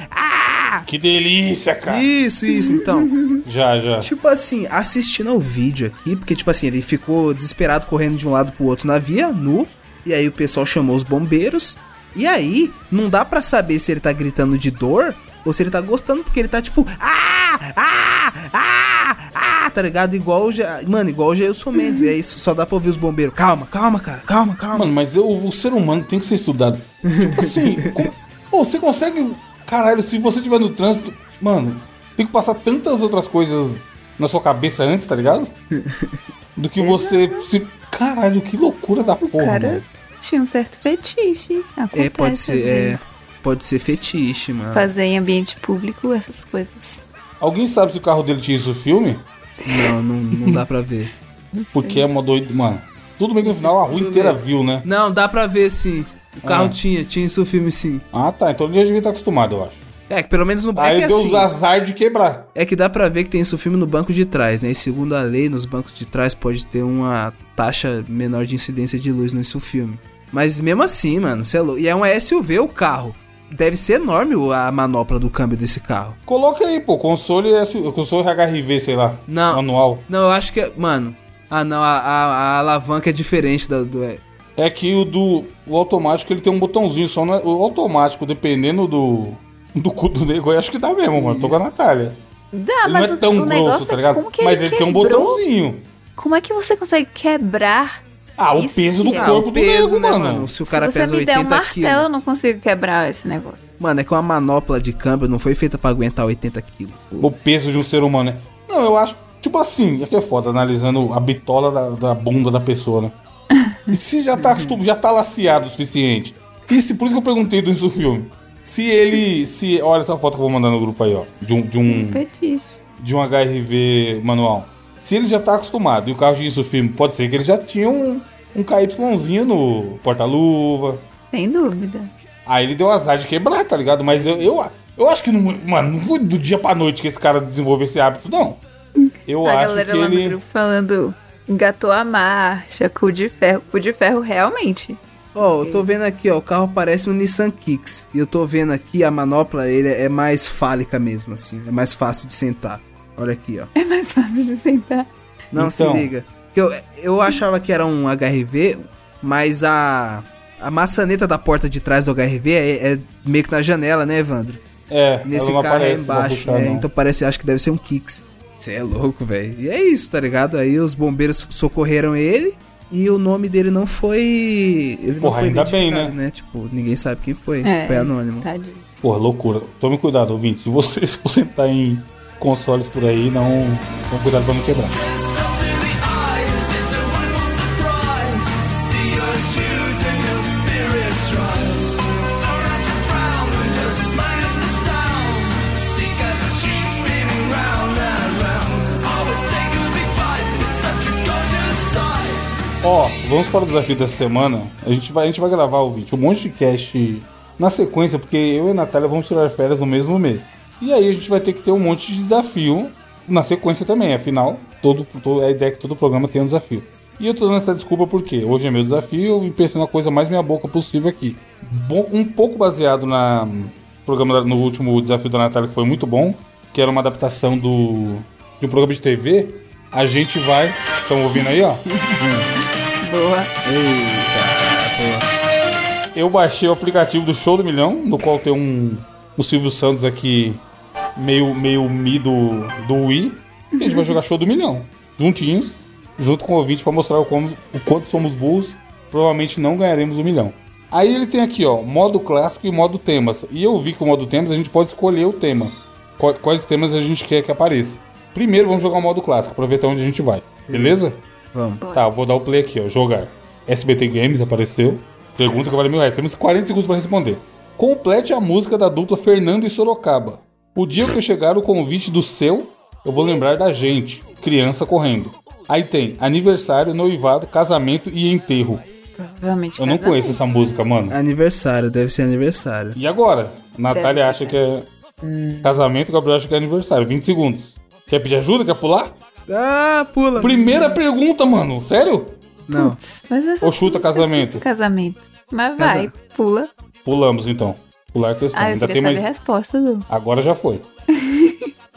Speaker 1: Que delícia,
Speaker 3: Ah!
Speaker 1: cara.
Speaker 3: Isso, isso, <laughs> então.
Speaker 1: Já, já.
Speaker 3: Tipo assim, assistindo ao vídeo aqui, porque, tipo assim, ele ficou desesperado correndo de um lado pro outro na via, nu. E aí o pessoal chamou os bombeiros. E aí, não dá pra saber se ele tá gritando de dor ou se ele tá gostando, porque ele tá tipo. Ah! Ah! Ah! Ah! Tá ligado? Igual já. Mano, igual o Jailson Mendes. E aí só dá pra ouvir os bombeiros. Calma, calma, cara. Calma, calma.
Speaker 1: Mano, mas eu- o ser humano tem que ser estudado. Tipo assim, como... Ô, você consegue. Caralho, se você tiver no trânsito. Mano, tem que passar tantas outras coisas na sua cabeça antes, tá ligado? Do
Speaker 2: <laughs>
Speaker 1: que você. se- Caralho, que loucura da
Speaker 2: O
Speaker 1: porra.
Speaker 2: cara
Speaker 1: mano.
Speaker 2: tinha um certo fetiche. Acontece Tá.
Speaker 3: É, pode
Speaker 2: às
Speaker 3: ser.
Speaker 2: vezes.
Speaker 3: É, pode ser fetiche, mano.
Speaker 2: Fazer em ambiente público essas coisas.
Speaker 1: Alguém sabe se o carro dele tinha isso no filme?
Speaker 3: Não, não, não dá pra ver.
Speaker 1: Porque é uma doida. Mano, tudo bem que no final a rua
Speaker 3: Tudo
Speaker 1: inteira
Speaker 3: bem.
Speaker 1: viu, né?
Speaker 3: Não, dá pra ver sim. O carro
Speaker 1: Ah.
Speaker 3: tinha, tinha isso no filme sim.
Speaker 1: Ah, tá. Então ele já devia estar acostumado, eu acho.
Speaker 3: É, que pelo menos no banco
Speaker 1: Aí
Speaker 3: é
Speaker 1: deu
Speaker 3: assim.
Speaker 1: o azar de quebrar.
Speaker 3: É que dá pra ver que tem isso filme no banco de trás, né? E segundo a lei, nos bancos de trás pode ter uma taxa menor de incidência de luz no isso filme. Mas mesmo assim, mano, você é louco. E é um SUV o carro. Deve ser enorme o- a manopla do câmbio desse carro.
Speaker 1: Coloca aí, pô, console, S- console HRV, sei lá.
Speaker 3: Não.
Speaker 1: Manual.
Speaker 3: Não, eu acho que é. Mano. Ah, não, a, a- a alavanca é diferente da do. é.
Speaker 1: É que o do o automático ele tem um botãozinho só. Não é- o automático, dependendo do. Do cu do nego, eu acho que dá mesmo, mano. Tô com a Natália. Ele
Speaker 2: Dá, Ah, mas
Speaker 1: não é
Speaker 2: o-
Speaker 1: tão
Speaker 2: o negócio
Speaker 1: grosso, tá
Speaker 2: é
Speaker 1: ligado?
Speaker 2: como que
Speaker 1: Mas
Speaker 2: ele,
Speaker 1: ele tem um
Speaker 2: quebrou?
Speaker 1: botãozinho.
Speaker 2: Como é que você consegue quebrar?
Speaker 1: Ah, o
Speaker 2: Isso
Speaker 1: peso do
Speaker 2: que é.
Speaker 3: Ah,
Speaker 1: corpo
Speaker 3: o peso,
Speaker 1: do nego,
Speaker 3: né,
Speaker 1: mano.
Speaker 3: Se o cara
Speaker 2: Se você
Speaker 3: pesa
Speaker 2: me der um
Speaker 3: 80
Speaker 2: martelo,
Speaker 3: quilos.
Speaker 2: eu não consigo quebrar esse negócio.
Speaker 3: Mano, é que uma manopla de câmbio não foi feita pra aguentar 80 quilos.
Speaker 1: O peso de um ser humano, né? Não, eu acho. Tipo assim, é que é foda, analisando a bitola da, da bunda da pessoa, né? E se já tá acostum, já tá laceado o suficiente. E se, por isso que eu perguntei do isso filme. Se ele. Se. Olha essa foto que eu vou mandar no grupo aí, ó. De um. De um
Speaker 2: Fetiche.
Speaker 1: de um HRV manual. Se ele já tá acostumado e o carro de isso filme, pode ser que ele já tinha um, um KYzinho no porta-luva.
Speaker 2: Sem dúvida.
Speaker 1: Aí ele deu azar de quebrar, tá ligado? Mas eu, eu, eu acho que não. Mano, não foi do dia pra noite que esse cara desenvolveu esse hábito, não. Eu
Speaker 2: a
Speaker 1: acho que
Speaker 2: galera lá no
Speaker 1: ele.
Speaker 2: grupo falando engatou a marcha, cu de ferro. Cu de ferro realmente. <laughs>
Speaker 3: Ó, eu tô vendo aqui, ó, o carro parece um Nissan Kicks. E eu tô vendo aqui, a manopla, ele é mais fálica mesmo, assim. É mais fácil de sentar. Olha aqui, ó.
Speaker 2: É mais fácil de sentar.
Speaker 3: Não,
Speaker 1: Então.
Speaker 3: se liga. Que Eu, eu achava que era um HRV, mas a... A maçaneta da porta de trás do HRV é, é meio que na janela, né, Evandro?
Speaker 1: É,
Speaker 3: Nesse
Speaker 1: ela não
Speaker 3: carro
Speaker 1: aparece
Speaker 3: é
Speaker 1: pra
Speaker 3: embaixo,
Speaker 1: puxar,
Speaker 3: né?
Speaker 1: não.
Speaker 3: Então parece, acho que deve ser um Kicks. Você é louco, velho. E é isso, tá ligado? Aí os bombeiros socorreram ele e o nome dele não foi. Ele não
Speaker 1: Porra,
Speaker 3: foi
Speaker 1: ainda bem, né?
Speaker 3: identificado, Tipo, ninguém sabe quem foi.
Speaker 2: É.
Speaker 3: Foi anônimo.
Speaker 2: Tadinho.
Speaker 1: Porra, loucura. Tome cuidado, ouvinte. <laughs> Se vocês for sentar em consoles por aí, não. Tome cuidado pra não quebrar.
Speaker 5: Dressed up to the eyes, it's a wonderful surprise.
Speaker 1: Ó, vamos para o desafio dessa semana. A gente vai, a gente vai gravar o vídeo, um monte de cast na sequência, porque eu e a Natália vamos tirar férias no mesmo mês. E aí a gente vai ter que ter um monte de desafio na sequência também, afinal, todo, todo, a ideia é que todo programa tem um desafio. E eu tô dando essa desculpa porque hoje é meu desafio e pensando a coisa mais minha boca possível aqui. Bom- um pouco baseado na programa da- no último desafio da Natália, que foi muito bom, que era uma adaptação do, de um programa de TV. A gente vai. Estão ouvindo aí, ó?
Speaker 2: Boa.
Speaker 1: Eu baixei o aplicativo do Show do Milhão, no qual tem um, um Silvio Santos aqui, meio, meio mi do, do Wii. E a gente vai jogar Show do Milhão, juntinhos, junto com o ouvinte, pra mostrar o, como, o quanto somos burros. Provavelmente não ganharemos o milhão. Aí ele tem aqui, ó, modo clássico e modo temas. E eu vi que o modo temas a gente pode escolher o tema. Qua- Quais temas a gente quer que apareça. Primeiro vamos jogar o modo clássico, pra ver até onde a gente vai. Beleza?
Speaker 3: Vamos.
Speaker 1: Tá, eu vou dar o play aqui, ó. Jogar. SBT Games apareceu. Pergunta que vale mil reais. Temos 40 segundos pra responder. Complete a música da dupla Fernando e Sorocaba. O dia que eu chegar o convite do seu, eu vou lembrar da gente. Criança correndo. Aí tem aniversário, noivado, casamento e enterro.
Speaker 2: Provavelmente.
Speaker 1: Eu não
Speaker 2: casamento.
Speaker 1: conheço essa música, mano.
Speaker 3: Aniversário, deve ser aniversário.
Speaker 1: E agora? Natália
Speaker 2: ser, Hum.
Speaker 1: acha que é casamento, Gabriel acha que é aniversário. 20 segundos. Quer pedir ajuda? Quer pular?
Speaker 3: Ah, pula.
Speaker 1: Primeira pergunta, mano. Sério?
Speaker 3: Não.
Speaker 2: Putz, Mas essa
Speaker 1: Ou chuta
Speaker 2: música é
Speaker 1: casamento.
Speaker 2: sempre Casamento. Mas vai, pula.
Speaker 1: Pulamos então. Pular a questão.
Speaker 2: Ah, eu
Speaker 1: Ainda tem
Speaker 2: queria saber
Speaker 1: é mais.
Speaker 2: a resposta do. <laughs>
Speaker 1: Agora já foi. <laughs>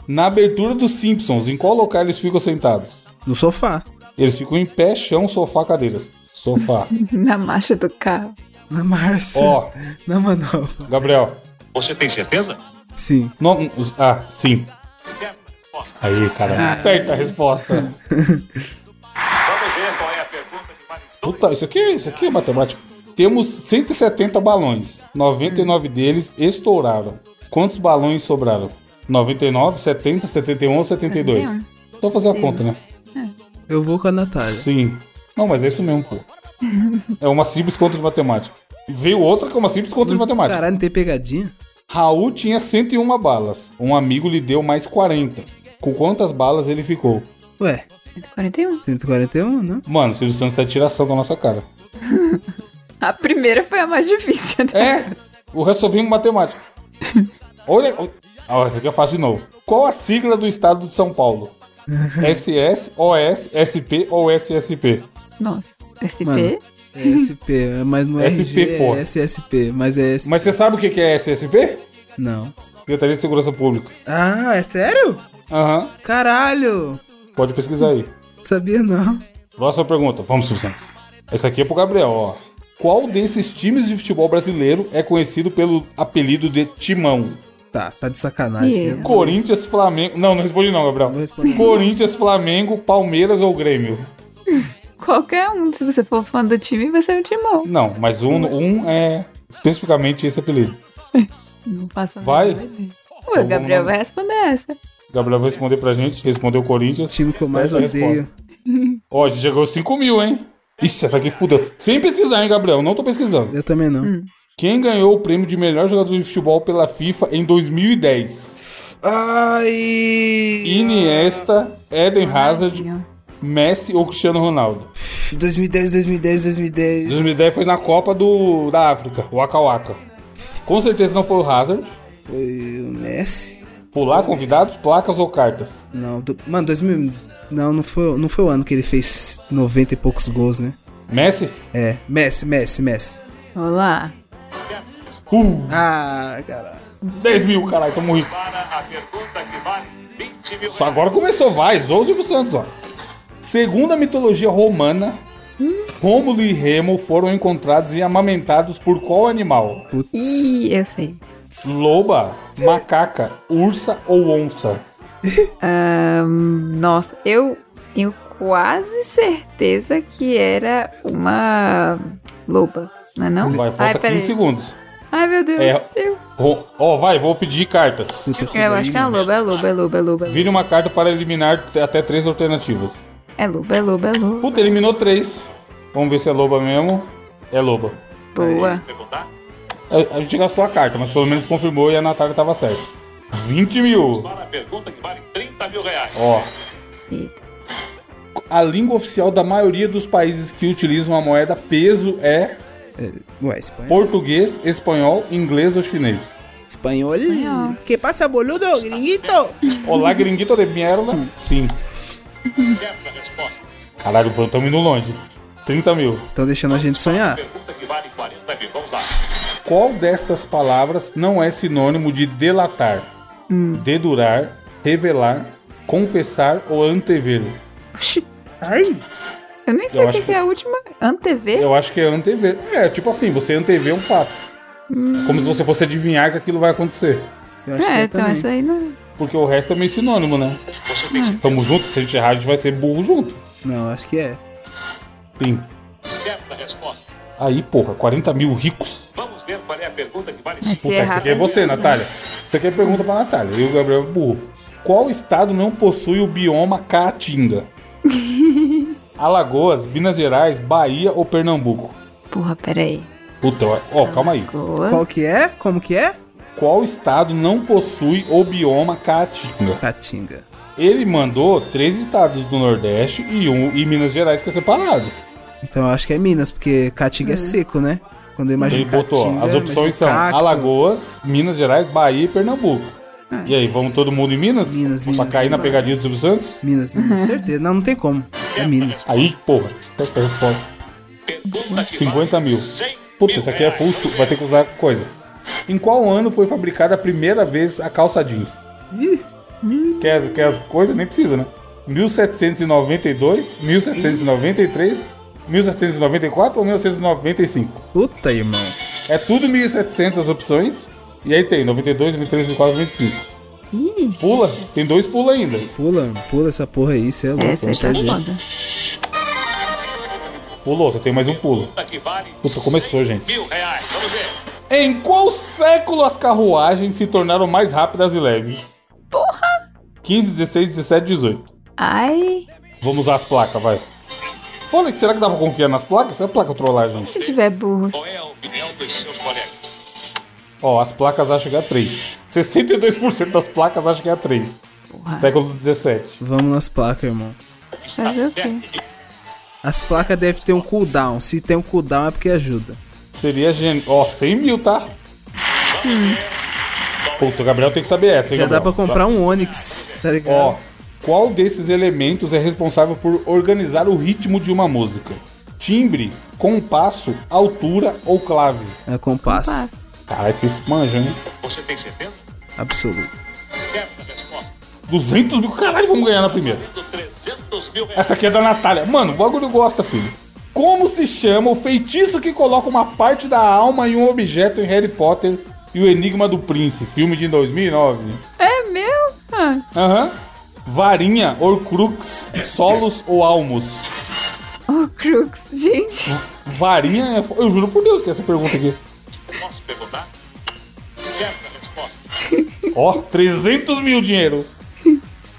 Speaker 1: Na abertura dos Simpsons, em qual local eles ficam sentados?
Speaker 3: No sofá.
Speaker 1: Eles ficam em pé, chão, sofá, cadeiras. <laughs> Sofá.
Speaker 2: Na marcha do carro.
Speaker 3: Na Márcia.
Speaker 1: Ó,
Speaker 3: <laughs> Na manobra.
Speaker 1: Gabriel.
Speaker 5: Você tem certeza?
Speaker 3: Sim.
Speaker 1: Não, ah, sim. Aí, cara. Certa a resposta.
Speaker 5: Vamos ver qual é a pergunta que vale.
Speaker 1: Puta, isso aqui, isso aqui é matemática. Temos 170 balões. 99 deles estouraram. Quantos balões sobraram? 99, 70, 71 ou 72?
Speaker 2: 71.
Speaker 1: Só fazer a conta, né?
Speaker 3: Eu vou com a Natália.
Speaker 1: Sim. Não, mas é isso mesmo, pô. É uma simples conta de matemática. Veio outra que é uma simples conta de matemática.
Speaker 3: Caralho, não tem pegadinha?
Speaker 1: Raul tinha 101 balas. Um amigo lhe deu mais 40. Com quantas balas ele ficou?
Speaker 3: Ué,
Speaker 2: 41.
Speaker 1: <laughs>
Speaker 3: 141, né?
Speaker 1: Mano, Silvio Santos tá tiração da nossa cara.
Speaker 2: A primeira foi a mais difícil. né?
Speaker 1: É! O resto só vem com matemática. Olha. Ó, essa aqui eu faço de novo. Qual a sigla do estado de São Paulo? SS, OS, SP ou SSP?
Speaker 2: Nossa. SP?
Speaker 3: Mano. É SP, mas no
Speaker 1: SP,
Speaker 3: RG
Speaker 1: pô.
Speaker 3: é SSP, mas é S...
Speaker 1: Mas você sabe o que que é SSP?
Speaker 3: Não.
Speaker 1: Secretaria de Segurança Pública.
Speaker 3: Ah, é sério?
Speaker 1: Aham.
Speaker 3: Caralho!
Speaker 1: Pode pesquisar aí.
Speaker 3: Sabia não.
Speaker 1: Próxima pergunta. Vamos, Silvio Santos. Essa aqui é pro Gabriel, ó. Qual desses times de futebol brasileiro é conhecido pelo apelido de Timão?
Speaker 3: Tá, tá de sacanagem.
Speaker 2: Yeah.
Speaker 3: né?
Speaker 1: Corinthians, Flamengo. Não, não responde não, Gabriel.
Speaker 3: Vou responder.
Speaker 1: Corinthians, Flamengo, Palmeiras ou Grêmio?
Speaker 2: Qualquer um. Se você for fã do time, vai ser um timão.
Speaker 1: Não, mas um, um é especificamente esse apelido.
Speaker 2: Não passa nada.
Speaker 1: Vai?
Speaker 2: Ué, o Gabriel vai responder essa.
Speaker 1: Gabriel vai responder pra gente. Respondeu Corinthians.
Speaker 3: Time que eu mais
Speaker 1: Certa resposta.
Speaker 3: odeio.
Speaker 1: Ó, a gente chegou 5 mil, hein? Ixi, essa aqui fudeu. Sem pesquisar, hein, Gabriel? Não tô pesquisando.
Speaker 3: Eu também não.
Speaker 2: Hum.
Speaker 1: Quem ganhou o prêmio de melhor jogador de futebol pela FIFA em 2010?
Speaker 3: Ai!
Speaker 1: Iniesta, Eden Hazard,
Speaker 2: Ronaldinho.
Speaker 1: Messi ou Cristiano Ronaldo.
Speaker 3: 2010, 2010, 2010.
Speaker 1: 2010 foi na Copa do, da África, o Waka Waka. Com certeza não foi o Hazard.
Speaker 3: Foi o Messi?
Speaker 1: Pular convidados, placas ou cartas.
Speaker 3: Não, do... mano, 2000. um. Não, não foi, não foi o ano que ele fez 90 e poucos gols, né?
Speaker 1: Messi?
Speaker 3: É, Messi, Messi, Messi.
Speaker 2: Vamos lá.
Speaker 1: Uh,
Speaker 3: Ah, caralho.
Speaker 1: 10 mil, caralho, tamo rico.
Speaker 5: Para a pergunta que vale 20 mil
Speaker 1: Só agora começou, vai, zoa o Silvio Santos, ó. Segundo a mitologia romana, Rômulo e Remo foram encontrados e amamentados por qual animal?
Speaker 2: Ih, eu sei.
Speaker 1: Loba, macaca, ursa ou onça?
Speaker 2: Ahn, nossa, eu tenho quase certeza que era uma loba, não é não?
Speaker 1: Vai,
Speaker 2: Ai,
Speaker 1: falta
Speaker 2: peraí.
Speaker 1: 15 segundos.
Speaker 2: Ai, meu Deus.
Speaker 1: É. né?
Speaker 2: Eu,
Speaker 1: Ro- Ó, vai, vou pedir cartas.
Speaker 3: Puta, essa
Speaker 2: eu
Speaker 3: daí,
Speaker 2: acho que é uma loba, é loba, é loba, é loba.
Speaker 1: Vire uma carta para eliminar t- até três alternativas.
Speaker 2: É loba, é loba, é loba.
Speaker 1: Puta, eliminou três. Vamos ver se é loba mesmo. É loba.
Speaker 2: Boa.
Speaker 5: perguntar?
Speaker 1: A, a gente gastou a carta, mas pelo menos confirmou e a Natália tava certa. 20 mil.
Speaker 5: Para a pergunta que vale 30 mil reais.
Speaker 1: Ó.
Speaker 2: Eita.
Speaker 1: A língua oficial da maioria dos países que utilizam a moeda peso é
Speaker 3: Ué, espanhol.
Speaker 1: português, espanhol, inglês ou chinês.
Speaker 3: Espanhol. Que passa, boludo, gringuito?
Speaker 1: Olá, gringuito de
Speaker 2: <laughs>
Speaker 1: merda. Sim.
Speaker 5: Certa a resposta.
Speaker 1: Caralho, estamos indo longe. 30 mil.
Speaker 3: Estão deixando a gente sonhar.
Speaker 5: Pergunta que vale 40 mil. Vamos lá.
Speaker 1: Qual destas palavras não é sinônimo de delatar, dedurar, revelar, confessar ou antever?
Speaker 2: Oxi,
Speaker 3: Ai.
Speaker 2: eu nem sei
Speaker 1: Eu
Speaker 2: o que,
Speaker 1: acho
Speaker 2: que é a última. Antever?
Speaker 1: Eu acho que é antever. É, tipo assim, você antever um fato. Como se você fosse adivinhar que aquilo vai acontecer.
Speaker 3: Eu acho
Speaker 2: É,
Speaker 3: que
Speaker 2: então essa aí não.
Speaker 1: Porque o resto é meio sinônimo, né?
Speaker 5: Você tem
Speaker 1: Tamo junto, se a gente errar, a gente vai ser burro junto.
Speaker 3: Não, acho que é.
Speaker 1: Sim.
Speaker 5: certa a resposta.
Speaker 1: Aí, porra, 40 mil ricos.
Speaker 5: Vamos ver qual é a pergunta que vale
Speaker 2: Se
Speaker 5: 5.
Speaker 1: Puta,
Speaker 2: errar,
Speaker 1: isso aqui é
Speaker 2: perde
Speaker 1: você,
Speaker 2: tudo.
Speaker 1: Natália. Isso aqui é pergunta pra Natália. Eu e o Gabriel é burro. Qual estado não possui o bioma
Speaker 3: <laughs>
Speaker 1: Caatinga? Alagoas, Minas Gerais, Bahia ou Pernambuco?
Speaker 2: Porra, peraí.
Speaker 1: Puta, ó, ó, calma aí.
Speaker 2: Boa.
Speaker 3: Qual que é? Como que é?
Speaker 1: Qual estado não possui o bioma Caatinga?
Speaker 3: Tatinga.
Speaker 1: Ele mandou três estados do Nordeste e um e Minas Gerais que é separado.
Speaker 3: Então eu acho que é Minas, porque
Speaker 2: Hum.
Speaker 3: Caatinga é seco, né? Quando eu imagino
Speaker 1: Ele botou, ó,
Speaker 3: Caatinga,
Speaker 1: as
Speaker 3: eu
Speaker 1: opções
Speaker 3: imagino
Speaker 1: são
Speaker 3: cacto.
Speaker 1: Alagoas, Minas Gerais, Bahia e Pernambuco. E aí, vamos todo mundo em Minas?
Speaker 3: Ah. Minas,
Speaker 1: pra
Speaker 3: Minas,
Speaker 1: cair na
Speaker 3: Minas.
Speaker 1: pegadinha do Silvio Santos?
Speaker 2: <laughs>
Speaker 3: Minas, Minas, certeza. Não, não tem como. É Minas.
Speaker 1: Aí, porra, certa resposta.
Speaker 5: Pergunta que
Speaker 1: 50
Speaker 5: vale
Speaker 1: mil.
Speaker 5: 100
Speaker 1: Puta,
Speaker 5: mil
Speaker 1: isso aqui é
Speaker 5: reais.
Speaker 1: full, chu- vai ter que usar coisa. Em qual ano foi fabricada a primeira vez a calça jeans?
Speaker 3: Ih,
Speaker 1: Quer, as- quer as coisas? Nem precisa, né? 1792, 1793, 1794 ou 1795?
Speaker 3: puta, irmão.
Speaker 1: É tudo 1700 as opções. E aí tem 92, 23, 24, 25.
Speaker 2: Ih,
Speaker 1: Pula, tem dois pula ainda.
Speaker 3: Pula, pula essa porra aí, você é louco.
Speaker 2: essa aí
Speaker 3: vamos perder.
Speaker 2: tá foda.
Speaker 1: Pulou, só tem mais um pulo.
Speaker 5: Pergunta que vale
Speaker 1: Puta, é começou, gente.
Speaker 5: mil reais. Vamos ver.
Speaker 1: Em qual século as carruagens se tornaram mais rápidas e leves?
Speaker 2: Porra!
Speaker 1: 15, 16, 17, 18.
Speaker 2: Ai,
Speaker 1: Vamos usar as placas, vai. Fala, será que dá pra confiar nas placas? Será a placa trollagem?
Speaker 2: se tiver burros.
Speaker 5: Qual é a opinião dos seus colegas?
Speaker 1: Ó, as placas acham que é a 3. 62% das placas acham que é a 3.
Speaker 2: Porra.
Speaker 1: Século 17.
Speaker 3: Vamos nas placas, irmão.
Speaker 2: Fazer o quê?
Speaker 3: As placas devem ter um cooldown. Se tem um cooldown é porque ajuda.
Speaker 1: Seria gen... Ó, 100 mil, tá? Puta, o Gabriel tem que saber essa, hein,
Speaker 3: Hum. Já dá pra
Speaker 1: Gabriel?
Speaker 3: comprar um Onix, tá ligado?
Speaker 1: Ó, qual desses elementos é responsável por organizar o ritmo de uma música? Timbre, compasso, altura ou clave?
Speaker 3: É compasso.
Speaker 2: Passo.
Speaker 1: Caralho, vocês manjam, hein?
Speaker 5: Você tem certeza?
Speaker 3: Absoluto.
Speaker 5: Certa resposta.
Speaker 1: 200 mil, caralho, vamos ganhar na primeira.
Speaker 5: Do 300 mil reais.
Speaker 1: Essa aqui é da Natália. Mano, o bagulho gosta, filho. Como se chama o feitiço que coloca uma parte da alma em um objeto em Harry Potter e o Enigma do Príncipe, filme de 2009?
Speaker 2: É meu? Ah,
Speaker 1: Aham. Varinha, Horcrux, Solos ou Almos?
Speaker 2: o Crux, gente.
Speaker 1: Varinha é... fo- Eu juro por Deus que é essa pergunta aqui.
Speaker 5: Posso perguntar? Certa resposta.
Speaker 1: Ó, 300 mil dinheiros.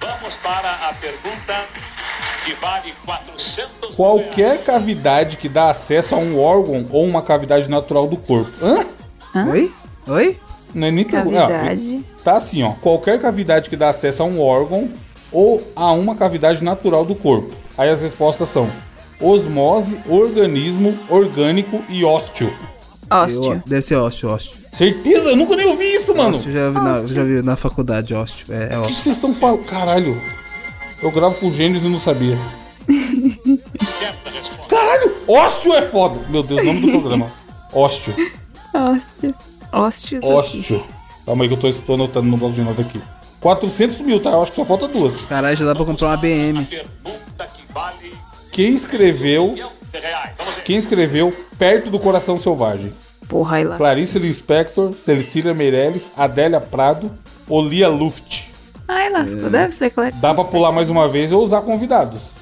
Speaker 5: Vamos para a pergunta que vale 400 mil reais.
Speaker 1: Qualquer cavidade que dá acesso a um órgão ou uma cavidade natural do corpo. Hã?
Speaker 3: Oi? Oi?
Speaker 1: Não é nem pergu-
Speaker 2: Cavidade.
Speaker 1: Ah, tá assim, ó. Qualquer cavidade que dá acesso a um órgão ou a uma cavidade natural do corpo. Aí as respostas são osmose, organismo, orgânico e ósteo.
Speaker 3: Eu-
Speaker 2: Hóstio.
Speaker 3: deve ser ósteo, ósteo.
Speaker 1: Certeza? Eu nunca nem ouvi isso, mano.
Speaker 3: Ósteo já vi, na, já vi na faculdade, ósteo.
Speaker 1: O
Speaker 3: É, é
Speaker 1: que
Speaker 3: ósteo.
Speaker 1: que vocês estão falando? Caralho. Eu gravo com gênios e não sabia.
Speaker 5: Certa resposta.
Speaker 1: Caralho, ósteo é foda. Meu Deus, nome do programa. Ósteo.
Speaker 2: Hóstios. Hóstios.
Speaker 1: Ósteo. Calma aí que eu tô, tô anotando no bloco de nota aqui. 400 mil, tá? Eu acho que só falta duas.
Speaker 3: Caralho, já dá pra comprar uma BM.
Speaker 5: Pergunta que vale
Speaker 1: Quem escreveu...
Speaker 5: milhão de reais. Vamos ver.
Speaker 1: Quem escreveu Perto do Coração Selvagem?
Speaker 2: Porra, aí lá.
Speaker 1: Clarice Lispector, Cecília Meirelles, Adélia Prado, Olia Luft.
Speaker 2: Ai,
Speaker 3: É.
Speaker 2: lascou. Deve ser claro.
Speaker 1: Dá pra pular mais uma vez ou usar convidados?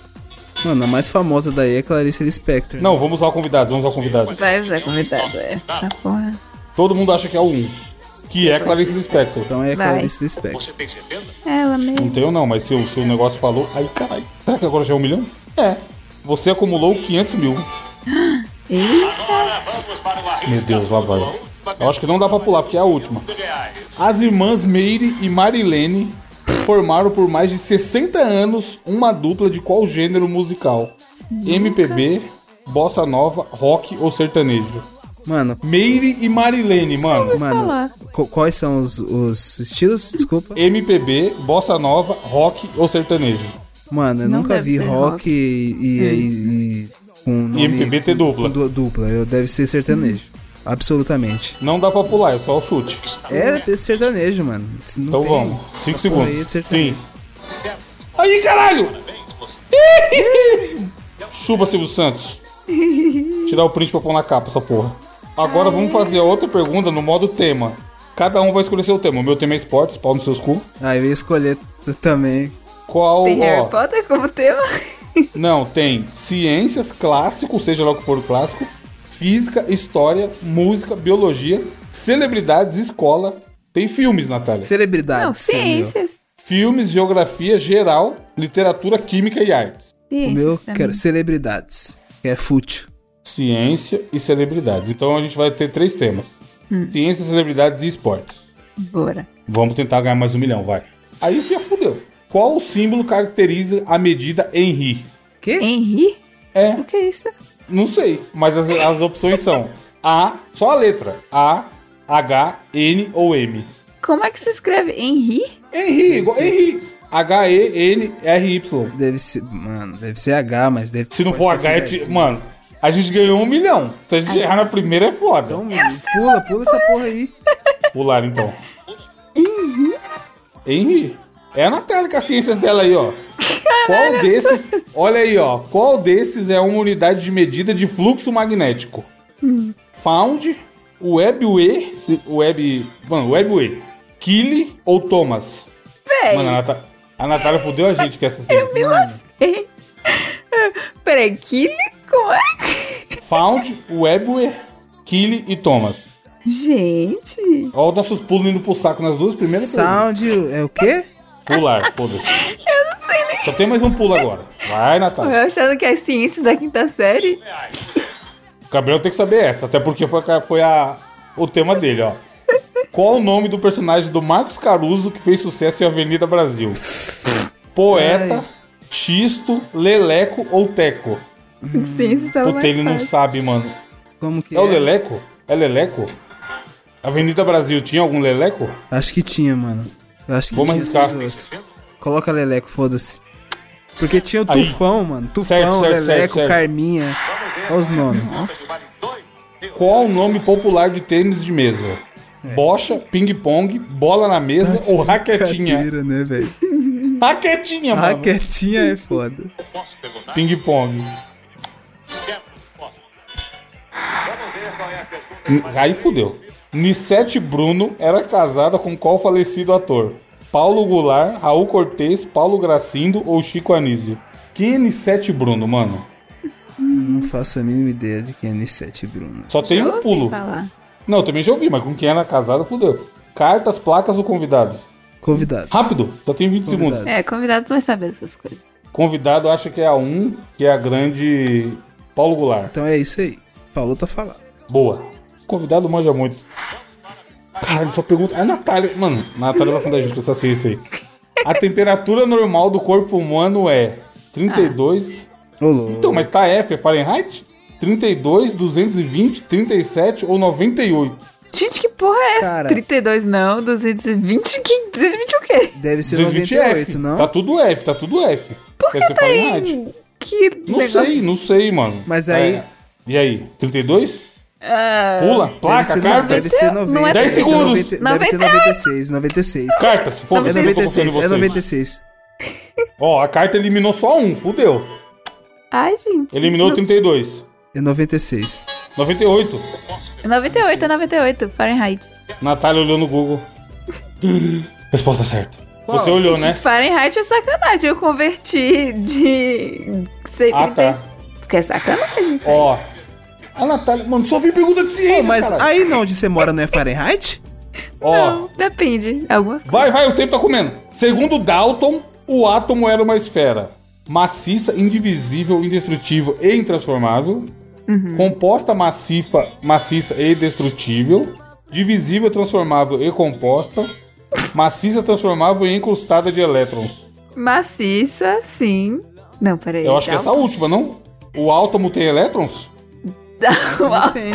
Speaker 3: Mano, a mais famosa daí é Clarice Lispector.
Speaker 1: Não, vamos usar convidados, vamos usar convidados.
Speaker 2: Vai usar convidado, é. Tá porra.
Speaker 1: Todo mundo acha que é o 1, que é Clarice Lispector.
Speaker 3: Então é
Speaker 2: Vai.
Speaker 3: Clarice Lispector.
Speaker 5: Você tem certeza?
Speaker 2: Ela
Speaker 1: Não
Speaker 2: mesmo.
Speaker 1: tenho não, mas se o, se o negócio falou... Aí, caralho. Será que agora já é um milhão? É. Você acumulou 500 mil.
Speaker 3: Hum.
Speaker 2: Ih,
Speaker 5: Agora vamos para o arrisca.
Speaker 1: Meu Deus, lá vai. Eu acho que não dá pra pular, porque é a última.
Speaker 5: Mil reais.
Speaker 1: As irmãs Meire e Marilene formaram por mais de 60 anos uma dupla de qual gênero musical? MPB, bossa nova, rock ou sertanejo?
Speaker 3: Mano,
Speaker 1: Meire e Marilene, mano.
Speaker 3: mano,
Speaker 2: falar.
Speaker 3: qu- quais são os, os estilos? Desculpa.
Speaker 1: MPB, bossa nova, rock ou sertanejo?
Speaker 3: Mano, eu
Speaker 2: Não
Speaker 3: nunca
Speaker 2: deve
Speaker 3: vi
Speaker 2: ser
Speaker 3: rock,
Speaker 2: rock. Hum.
Speaker 3: e. e, e- e- com um nome-
Speaker 1: MPB ter
Speaker 3: com-
Speaker 1: dupla.
Speaker 3: com du- dupla. Eu- Deve ser sertanejo. Absolutamente.
Speaker 1: Não dá pra pular, é só o chute.
Speaker 3: É, é sertanejo, mano. Não
Speaker 1: Então
Speaker 3: tem
Speaker 1: vamos.
Speaker 3: essa
Speaker 1: 5
Speaker 3: porra aí
Speaker 1: segundos.
Speaker 3: de sertanejo.
Speaker 1: Sim. Aí,
Speaker 3: <laughs>
Speaker 1: caralho! Chupa, Silvio Santos. Tirar o print pra pôr na capa, essa porra. Agora vamos fazer a outra pergunta no modo tema. Cada um vai escolher seu tema. O meu tema é esportes, pau nos seus cu.
Speaker 3: Ah, eu ia escolher t- também.
Speaker 1: Qual,
Speaker 2: Tem
Speaker 1: ó,
Speaker 2: Harry Potter como tema?
Speaker 1: Não, tem ciências, clássico, seja lá o que for o clássico, física, história, música, biologia, celebridades, escola. Tem filmes, Natália.
Speaker 3: Celebridade.
Speaker 2: Não, ciências.
Speaker 1: Filmes, geografia, geral, literatura, química e artes.
Speaker 3: O
Speaker 2: Ciências
Speaker 3: meu,
Speaker 2: pra
Speaker 3: quero
Speaker 2: mim.
Speaker 3: celebridades. Que é fútil.
Speaker 1: Ciência e celebridades. Então a gente vai ter três temas: ciência, celebridades e esportes.
Speaker 2: Bora.
Speaker 1: Vamos tentar ganhar mais um milhão, vai. Aí já fudeu. Qual o símbolo caracteriza a medida Henry?
Speaker 3: Que?
Speaker 2: Henri?
Speaker 1: É,
Speaker 2: O que é isso?
Speaker 1: Não sei, mas as, as opções são A, só a letra. A, H, N ou M.
Speaker 2: Como é que se escreve? Henri?
Speaker 1: Henri, igual Henri. H, E, N, R, Y.
Speaker 3: Deve ser. Mano, deve ser H, mas deve
Speaker 1: Se não
Speaker 3: pode
Speaker 1: for
Speaker 3: ter
Speaker 1: H, é. ti-
Speaker 3: conversa.
Speaker 1: Mano, a gente ganhou um milhão. Se a gente errar na primeira, é foda.
Speaker 3: Então, mano, pula, pula essa porra aí.
Speaker 1: Pular então. Henri. É a Natália com as ciências dela aí, ó. Qual desses. Olha aí, ó. Qual desses é uma unidade de medida de fluxo magnético? Found, Webway. se- Web. Mano, Webway. Kili ou Thomas?
Speaker 2: Véi.
Speaker 1: Mano, a, Nata- a Natália fudeu a gente com essas ciências.
Speaker 2: Hein? <laughs> Peraí, Kili? Como é?
Speaker 1: Found, Webway, Kili e Thomas.
Speaker 2: Gente.
Speaker 1: Olha os nossos pulos indo pro saco nas duas primeiras perguntas.
Speaker 3: Sound é o quê?
Speaker 1: Pular, foda-se. Eu não sei nem. Só tem mais um pulo agora. Vai, Natália.
Speaker 2: Eu achando que é ciências da quinta série.
Speaker 1: O Gabriel tem que saber essa, até porque foi, a- foi a, o tema dele, ó. Qual o nome do personagem do Marcos Caruso que fez sucesso em Avenida Brasil? Poeta,
Speaker 3: Ai.
Speaker 1: Xisto, Leleco ou Teco?
Speaker 2: Ciências tava mais
Speaker 1: Puta, ele não
Speaker 2: fácil.
Speaker 1: sabe, mano.
Speaker 3: Como que
Speaker 1: É o Leleco? É Leleco? Avenida Brasil tinha algum Leleco?
Speaker 3: Acho que tinha, mano. Eu acho que
Speaker 1: Vamos
Speaker 3: tinha
Speaker 1: arriscar.
Speaker 3: essas duas. Coloca Leleco, foda-se. Porque tinha o
Speaker 1: Aí.
Speaker 3: Tufão, mano. Tufão,
Speaker 1: Certo, certo, certo,
Speaker 3: Leleco,
Speaker 1: certo.
Speaker 3: Carminha. Olha os nomes.
Speaker 1: Qual o nome popular de tênis de mesa? Bocha, ping-pong, bola na mesa ou raquetinha?
Speaker 3: Cadeira,
Speaker 1: <laughs>
Speaker 3: né, velho?
Speaker 1: Raquetinha, mano.
Speaker 3: Raquetinha é foda.
Speaker 5: Posso perguntar?
Speaker 1: Ping-pong.
Speaker 5: Certo, posso. Vamos ver qual é a pergunta.
Speaker 1: Aí fudeu. Nissete Bruno era casada com qual falecido ator? Paulo Goulart, Raul Cortez, Paulo Gracindo ou Chico Anísio? Que Nissete Bruno, mano?
Speaker 3: Não faço a mínima ideia de quem é N7 Bruno.
Speaker 1: Só tem um pulo.
Speaker 2: Falar.
Speaker 1: Não, eu também já ouvi, mas com quem era casada, fudeu. Cartas, placas ou convidados?
Speaker 3: Convidados.
Speaker 1: Rápido, só tem 20
Speaker 3: Convidados.
Speaker 1: segundos.
Speaker 2: É, convidado não vai saber essas coisas.
Speaker 1: Convidado acha que é a 1, que é a grande Paulo Goulart.
Speaker 3: Então é isso aí. Falou, tá falando.
Speaker 1: Boa. Convidado manja muito. Caralho, só pergunta. A Natália. Mano, a Natália tá vai fundar junto com essa ciência aí. A temperatura normal do corpo humano é 32.
Speaker 3: Ô, louco.
Speaker 1: Então, mas tá F, é Fahrenheit? 32, 220, 37 ou 98?
Speaker 2: Gente, que porra é essa?
Speaker 3: Cara.
Speaker 2: 32 não, 220 que 220 o quê?
Speaker 3: Deve ser
Speaker 1: 220 F.
Speaker 3: 98, não? tá
Speaker 1: Tá tudo F, tá tudo F. Por Deve ser Fahrenheit.
Speaker 2: Que
Speaker 1: Não
Speaker 2: negócio.
Speaker 1: sei, não sei, mano.
Speaker 3: Mas aí-
Speaker 1: É. E aí? 32?
Speaker 2: Ah,
Speaker 1: Pula,
Speaker 3: Deve
Speaker 1: placa,
Speaker 3: ser,
Speaker 1: carta.
Speaker 3: deve ser 90.
Speaker 2: Não é
Speaker 1: Dez
Speaker 3: deve ser
Speaker 1: segundos.
Speaker 3: 90, Deve ser 96, 96.
Speaker 1: Carta, se for
Speaker 3: É
Speaker 1: eu tô colocando
Speaker 3: 96, é
Speaker 1: vocês.
Speaker 3: 96.
Speaker 1: Ó, a carta eliminou só um, fudeu.
Speaker 2: Ai, gente.
Speaker 1: Eliminou
Speaker 2: No-
Speaker 1: 32.
Speaker 3: É 96.
Speaker 1: 98.
Speaker 2: 98 é 98, Fahrenheit.
Speaker 1: Natália olhou no Google. <laughs> Resposta certa. Você olhou, né?
Speaker 2: Fahrenheit é sacanagem, eu converti de... Sei,
Speaker 1: Ah,
Speaker 2: 30...
Speaker 1: tá.
Speaker 2: Porque é sacanagem, isso aí.
Speaker 1: Ó. A Natália. Mano, só vi pergunta de ciência.
Speaker 3: mas
Speaker 1: caralho.
Speaker 3: aí não, onde você mora não
Speaker 1: <laughs>
Speaker 3: é Fahrenheit?
Speaker 1: Ó.
Speaker 2: Depende, algumas coisas.
Speaker 1: Vai, vai, o tempo tá comendo. Segundo Dalton, o átomo era uma esfera maciça, indivisível, indestrutível e intransformável. Composta macifa, maciça e destrutível. Divisível, transformável e composta. Maciça transformava em encrustada de elétrons.
Speaker 2: Maciça, sim. Não, peraí.
Speaker 1: Eu acho que é
Speaker 2: dá
Speaker 1: essa última, não? O átomo tem elétrons?
Speaker 2: um- <laughs> dá um alto-
Speaker 3: Tem.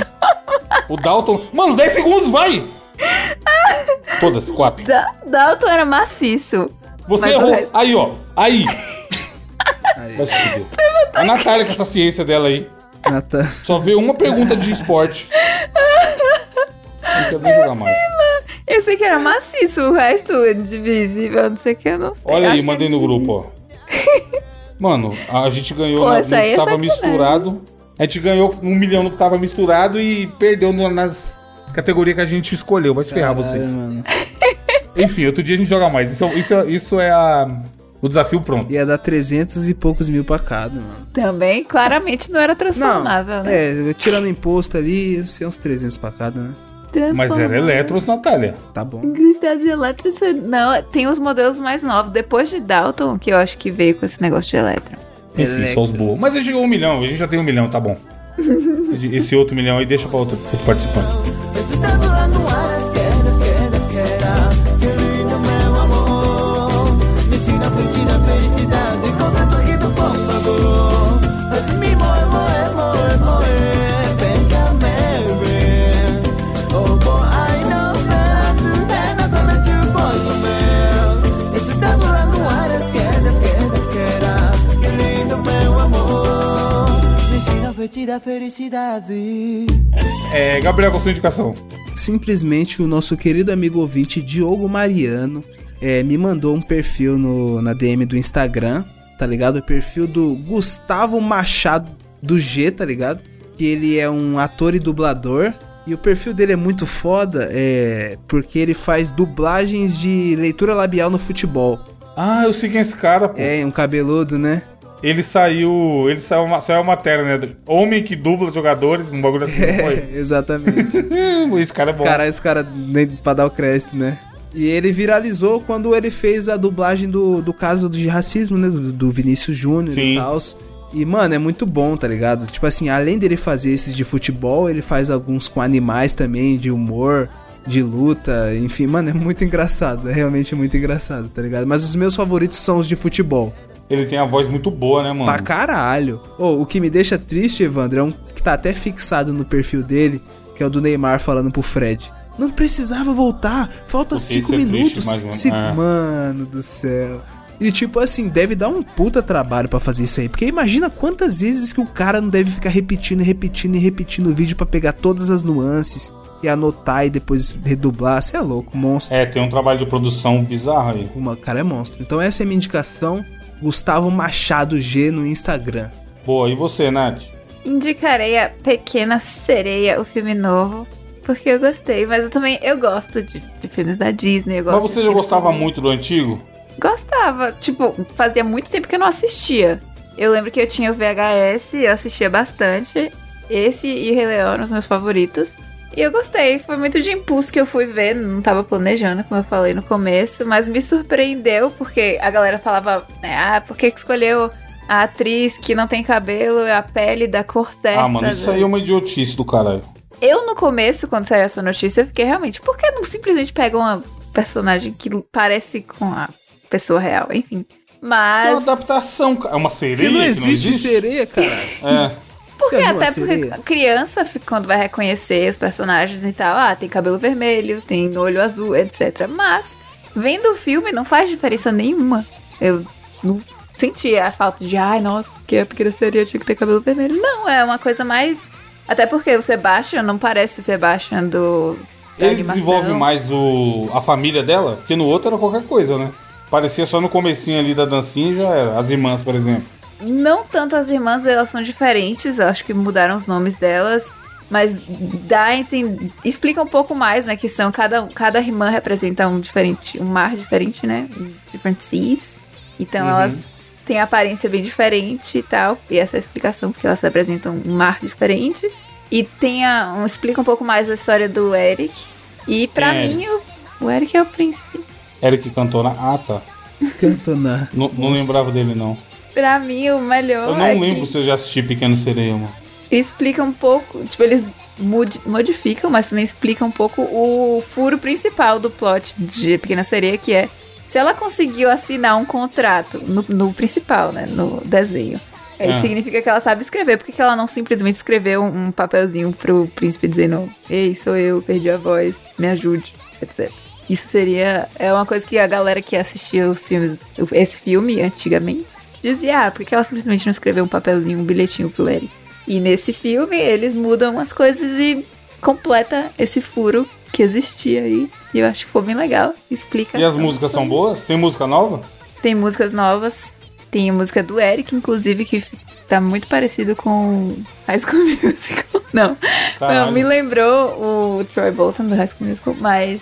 Speaker 1: O Dalton. Mano, 10 segundos, vai! Todas, quatro.
Speaker 2: dá- Dalton era maciço.
Speaker 1: Você
Speaker 2: Mas o
Speaker 1: errou.
Speaker 2: resto-
Speaker 1: Aí, ó. Aí.
Speaker 3: Aí.
Speaker 1: Vai se fuder. A Natália com essa ciência dela aí.
Speaker 3: Natan.
Speaker 1: Só vê uma pergunta de esporte. Não quero nem jogar mais.
Speaker 2: Eu sei que era maciço, o resto é divisível, não sei o que, eu não sei.
Speaker 1: Olha
Speaker 2: Acho
Speaker 1: aí,
Speaker 2: que
Speaker 1: mandei
Speaker 2: é
Speaker 1: no
Speaker 2: divisível.
Speaker 1: grupo, ó. Mano, a gente ganhou
Speaker 2: Pô,
Speaker 1: na- no
Speaker 2: essa
Speaker 1: que
Speaker 2: aí é
Speaker 1: tava
Speaker 2: sacanagem.
Speaker 1: misturado. A gente ganhou um milhão no que tava misturado e perdeu no- nas categorias que a gente escolheu. Vai se ferrar vocês.
Speaker 3: Caralho, É, mano.
Speaker 1: Enfim, outro dia a gente joga mais. Isso, é- isso, é- isso é a- o desafio pronto.
Speaker 3: Ia dar 300 é e poucos mil pra cada, mano.
Speaker 2: Também, claramente, não era
Speaker 3: Não,
Speaker 2: transformável, né?
Speaker 3: é, tirando imposto ali, ia ser uns 300 pra cada, né?
Speaker 1: é, Mas era elétrons, Natália.
Speaker 3: Tá bom.
Speaker 2: Cristais elétrons, não, tem os modelos mais novos. Depois de Dalton, que eu acho que veio com esse negócio de elétron.
Speaker 1: Enfim, só os burros. Mas a gente ganhou um milhão, a gente já tem um milhão, tá bom. Esse outro milhão aí deixa pra outro, outro participante.
Speaker 6: Esse dedo lá no ar, esquerda, esquerda, esquerda. Querido meu amor, me ensina a sentir a felicidade com seu sorriso, por favor. Faz me moer, moer, moer, moer. Vem cá, meu bem. Oh, boy, I know that I do that, not gonna do boy, meu. Esse dedo lá no ar, esquerda, esquerda, esquerda. Querido meu amor, me ensina a sentir a felicidade.
Speaker 1: É, Gabriel, com sua indicação.
Speaker 3: Simplesmente o nosso querido amigo ouvinte Diogo Mariano é, me mandou um perfil no, na DM do Instagram, tá ligado? O perfil do Gustavo Machado do G, tá ligado? Que ele é um ator e dublador. E o perfil dele é muito foda, é, porque ele faz dublagens de leitura labial no futebol.
Speaker 1: Ah, eu sei quem é esse cara, pô.
Speaker 3: É, um cabeludo, né?
Speaker 1: Ele saiu. Ele saiu uma, saiu uma matéria, né? do- Homem que dubla jogadores, um bagulho <laughs> assim, não foi?
Speaker 3: É, <laughs> exatamente.
Speaker 1: Hum, Esse cara é bom.
Speaker 3: Caralho, esse cara nem pra dar o crédito, né? E ele viralizou quando ele fez a dublagem do, do caso de racismo, né? Do, do Vinícius Júnior e
Speaker 1: Sim.
Speaker 3: tal. E, mano, é muito bom, tá ligado? Tipo assim, além dele fazer esses de futebol, ele faz alguns com animais também, de humor, de luta, enfim, mano, é muito engraçado. É realmente muito engraçado, tá ligado? Mas os meus favoritos são os de futebol.
Speaker 1: Ele tem a voz muito boa, né, mano?
Speaker 3: Pra caralho. Ô, o que me deixa triste, Evandro, é um que tá até fixado no perfil dele, que é o do Neymar falando pro Fred. Não precisava voltar, falta
Speaker 1: Puta,
Speaker 3: cinco
Speaker 1: isso é triste,
Speaker 3: minutos.
Speaker 1: mas, mano,
Speaker 3: Cin-
Speaker 1: é.
Speaker 3: Mano do céu. E tipo assim, deve dar um puta trabalho pra fazer isso aí. Porque imagina quantas vezes que o cara não deve ficar repetindo, e repetindo e repetindo o vídeo pra pegar todas as nuances e anotar e depois redublar. Você é louco, monstro.
Speaker 1: É, tem um trabalho de produção bizarro aí.
Speaker 3: Uma cara é monstro. Então essa é a minha indicação. Gustavo Machado G no Instagram.
Speaker 1: Boa, e você, Nath?
Speaker 2: Indicarei a Pequena Sereia, o filme novo, porque eu gostei. Mas eu também, eu gosto de, de filmes da Disney. Eu gosto
Speaker 1: Mas você já
Speaker 2: daquele
Speaker 1: gostava
Speaker 2: filme.
Speaker 1: muito do antigo?
Speaker 2: Gostava. Tipo, fazia muito tempo que eu não assistia. Eu lembro que eu tinha o VHS, eu assistia bastante. Esse e Rei Leão eram os meus favoritos. E eu gostei. Foi muito de impulso que eu fui ver. Não tava planejando, como eu falei no começo. Mas me surpreendeu, porque a galera falava... né, Ah, por que, que escolheu a atriz que não tem cabelo, é a pele da cor certa?
Speaker 1: ah, mano, isso aí é uma idiotice do caralho.
Speaker 2: Eu, no começo, quando saiu essa notícia, eu fiquei realmente, por que não simplesmente pega uma personagem que parece com a pessoa real? Enfim.
Speaker 1: É uma
Speaker 2: Mas.
Speaker 1: adaptação, cara. É uma sereia
Speaker 3: Que não existe sereia, cara. <laughs>
Speaker 1: É.
Speaker 2: Porque
Speaker 3: Pegou a
Speaker 2: até porque
Speaker 3: sereia.
Speaker 2: criança, fi- quando vai reconhecer os personagens e tal, ah, tem cabelo vermelho, tem olho azul, etc. Mas, vendo o filme, não faz diferença nenhuma. Eu não senti a falta de, ai, nossa, porque a pequena sereia tinha que ter cabelo vermelho. Não, é uma coisa mais. Até porque o Sebastian não parece o Sebastian do. da
Speaker 1: Ele
Speaker 2: animação.
Speaker 1: desenvolve mais o, a família dela, porque no outro era qualquer coisa, né? Parecia só no comecinho ali da dancinha e já era. As irmãs, por exemplo.
Speaker 2: Não tanto as irmãs, elas são diferentes, eu acho que mudaram os nomes delas, mas dá a enten- explica um pouco mais, né, que são cada, cada irmã representa um diferente, um mar diferente, né? Different seas.
Speaker 1: Uhum.
Speaker 2: Então elas têm aparência bem diferente e tal, e essa é a explicação porque elas representam um mar diferente. E tem a, um- explica um pouco mais a história do Eric. E pra
Speaker 1: É.
Speaker 2: mim o, o Eric é o príncipe.
Speaker 1: Era que cantou na. Ah, tá.
Speaker 3: Cantona.
Speaker 1: Não, não lembrava dele, não.
Speaker 2: Pra mim o melhor
Speaker 1: Eu
Speaker 2: é
Speaker 1: não
Speaker 2: que-
Speaker 1: lembro se eu já assisti Pequeno Sereia, mano.
Speaker 2: explica um pouco, tipo, eles mod- modificam, mas também explicam um pouco o furo principal do plot de Pequena Sereia, que é se ela conseguiu assinar um contrato no, no principal, né? No desenho. é,
Speaker 1: Ah.
Speaker 2: Significa que ela sabe escrever. Por que que ela não simplesmente escreveu um, um papelzinho pro príncipe dizendo Ei, sou eu, perdi a voz, me ajude, etc. Isso seria... É uma coisa que a galera que assistia os filmes, esse filme antigamente dizia, ah, por que ela simplesmente não escreveu um papelzinho, um bilhetinho pro Eric? E nesse filme eles mudam as coisas e completa esse furo que existia aí. E eu acho que ficou bem legal. Explica.
Speaker 1: E as músicas são boas? Tem música nova?
Speaker 2: Tem músicas novas. Tem a música do Eric, inclusive, que tá muito parecido com High School <laughs> Musical. Não.
Speaker 1: Caralho.
Speaker 2: Não, me lembrou o Troy Bolton do High School Musical, mas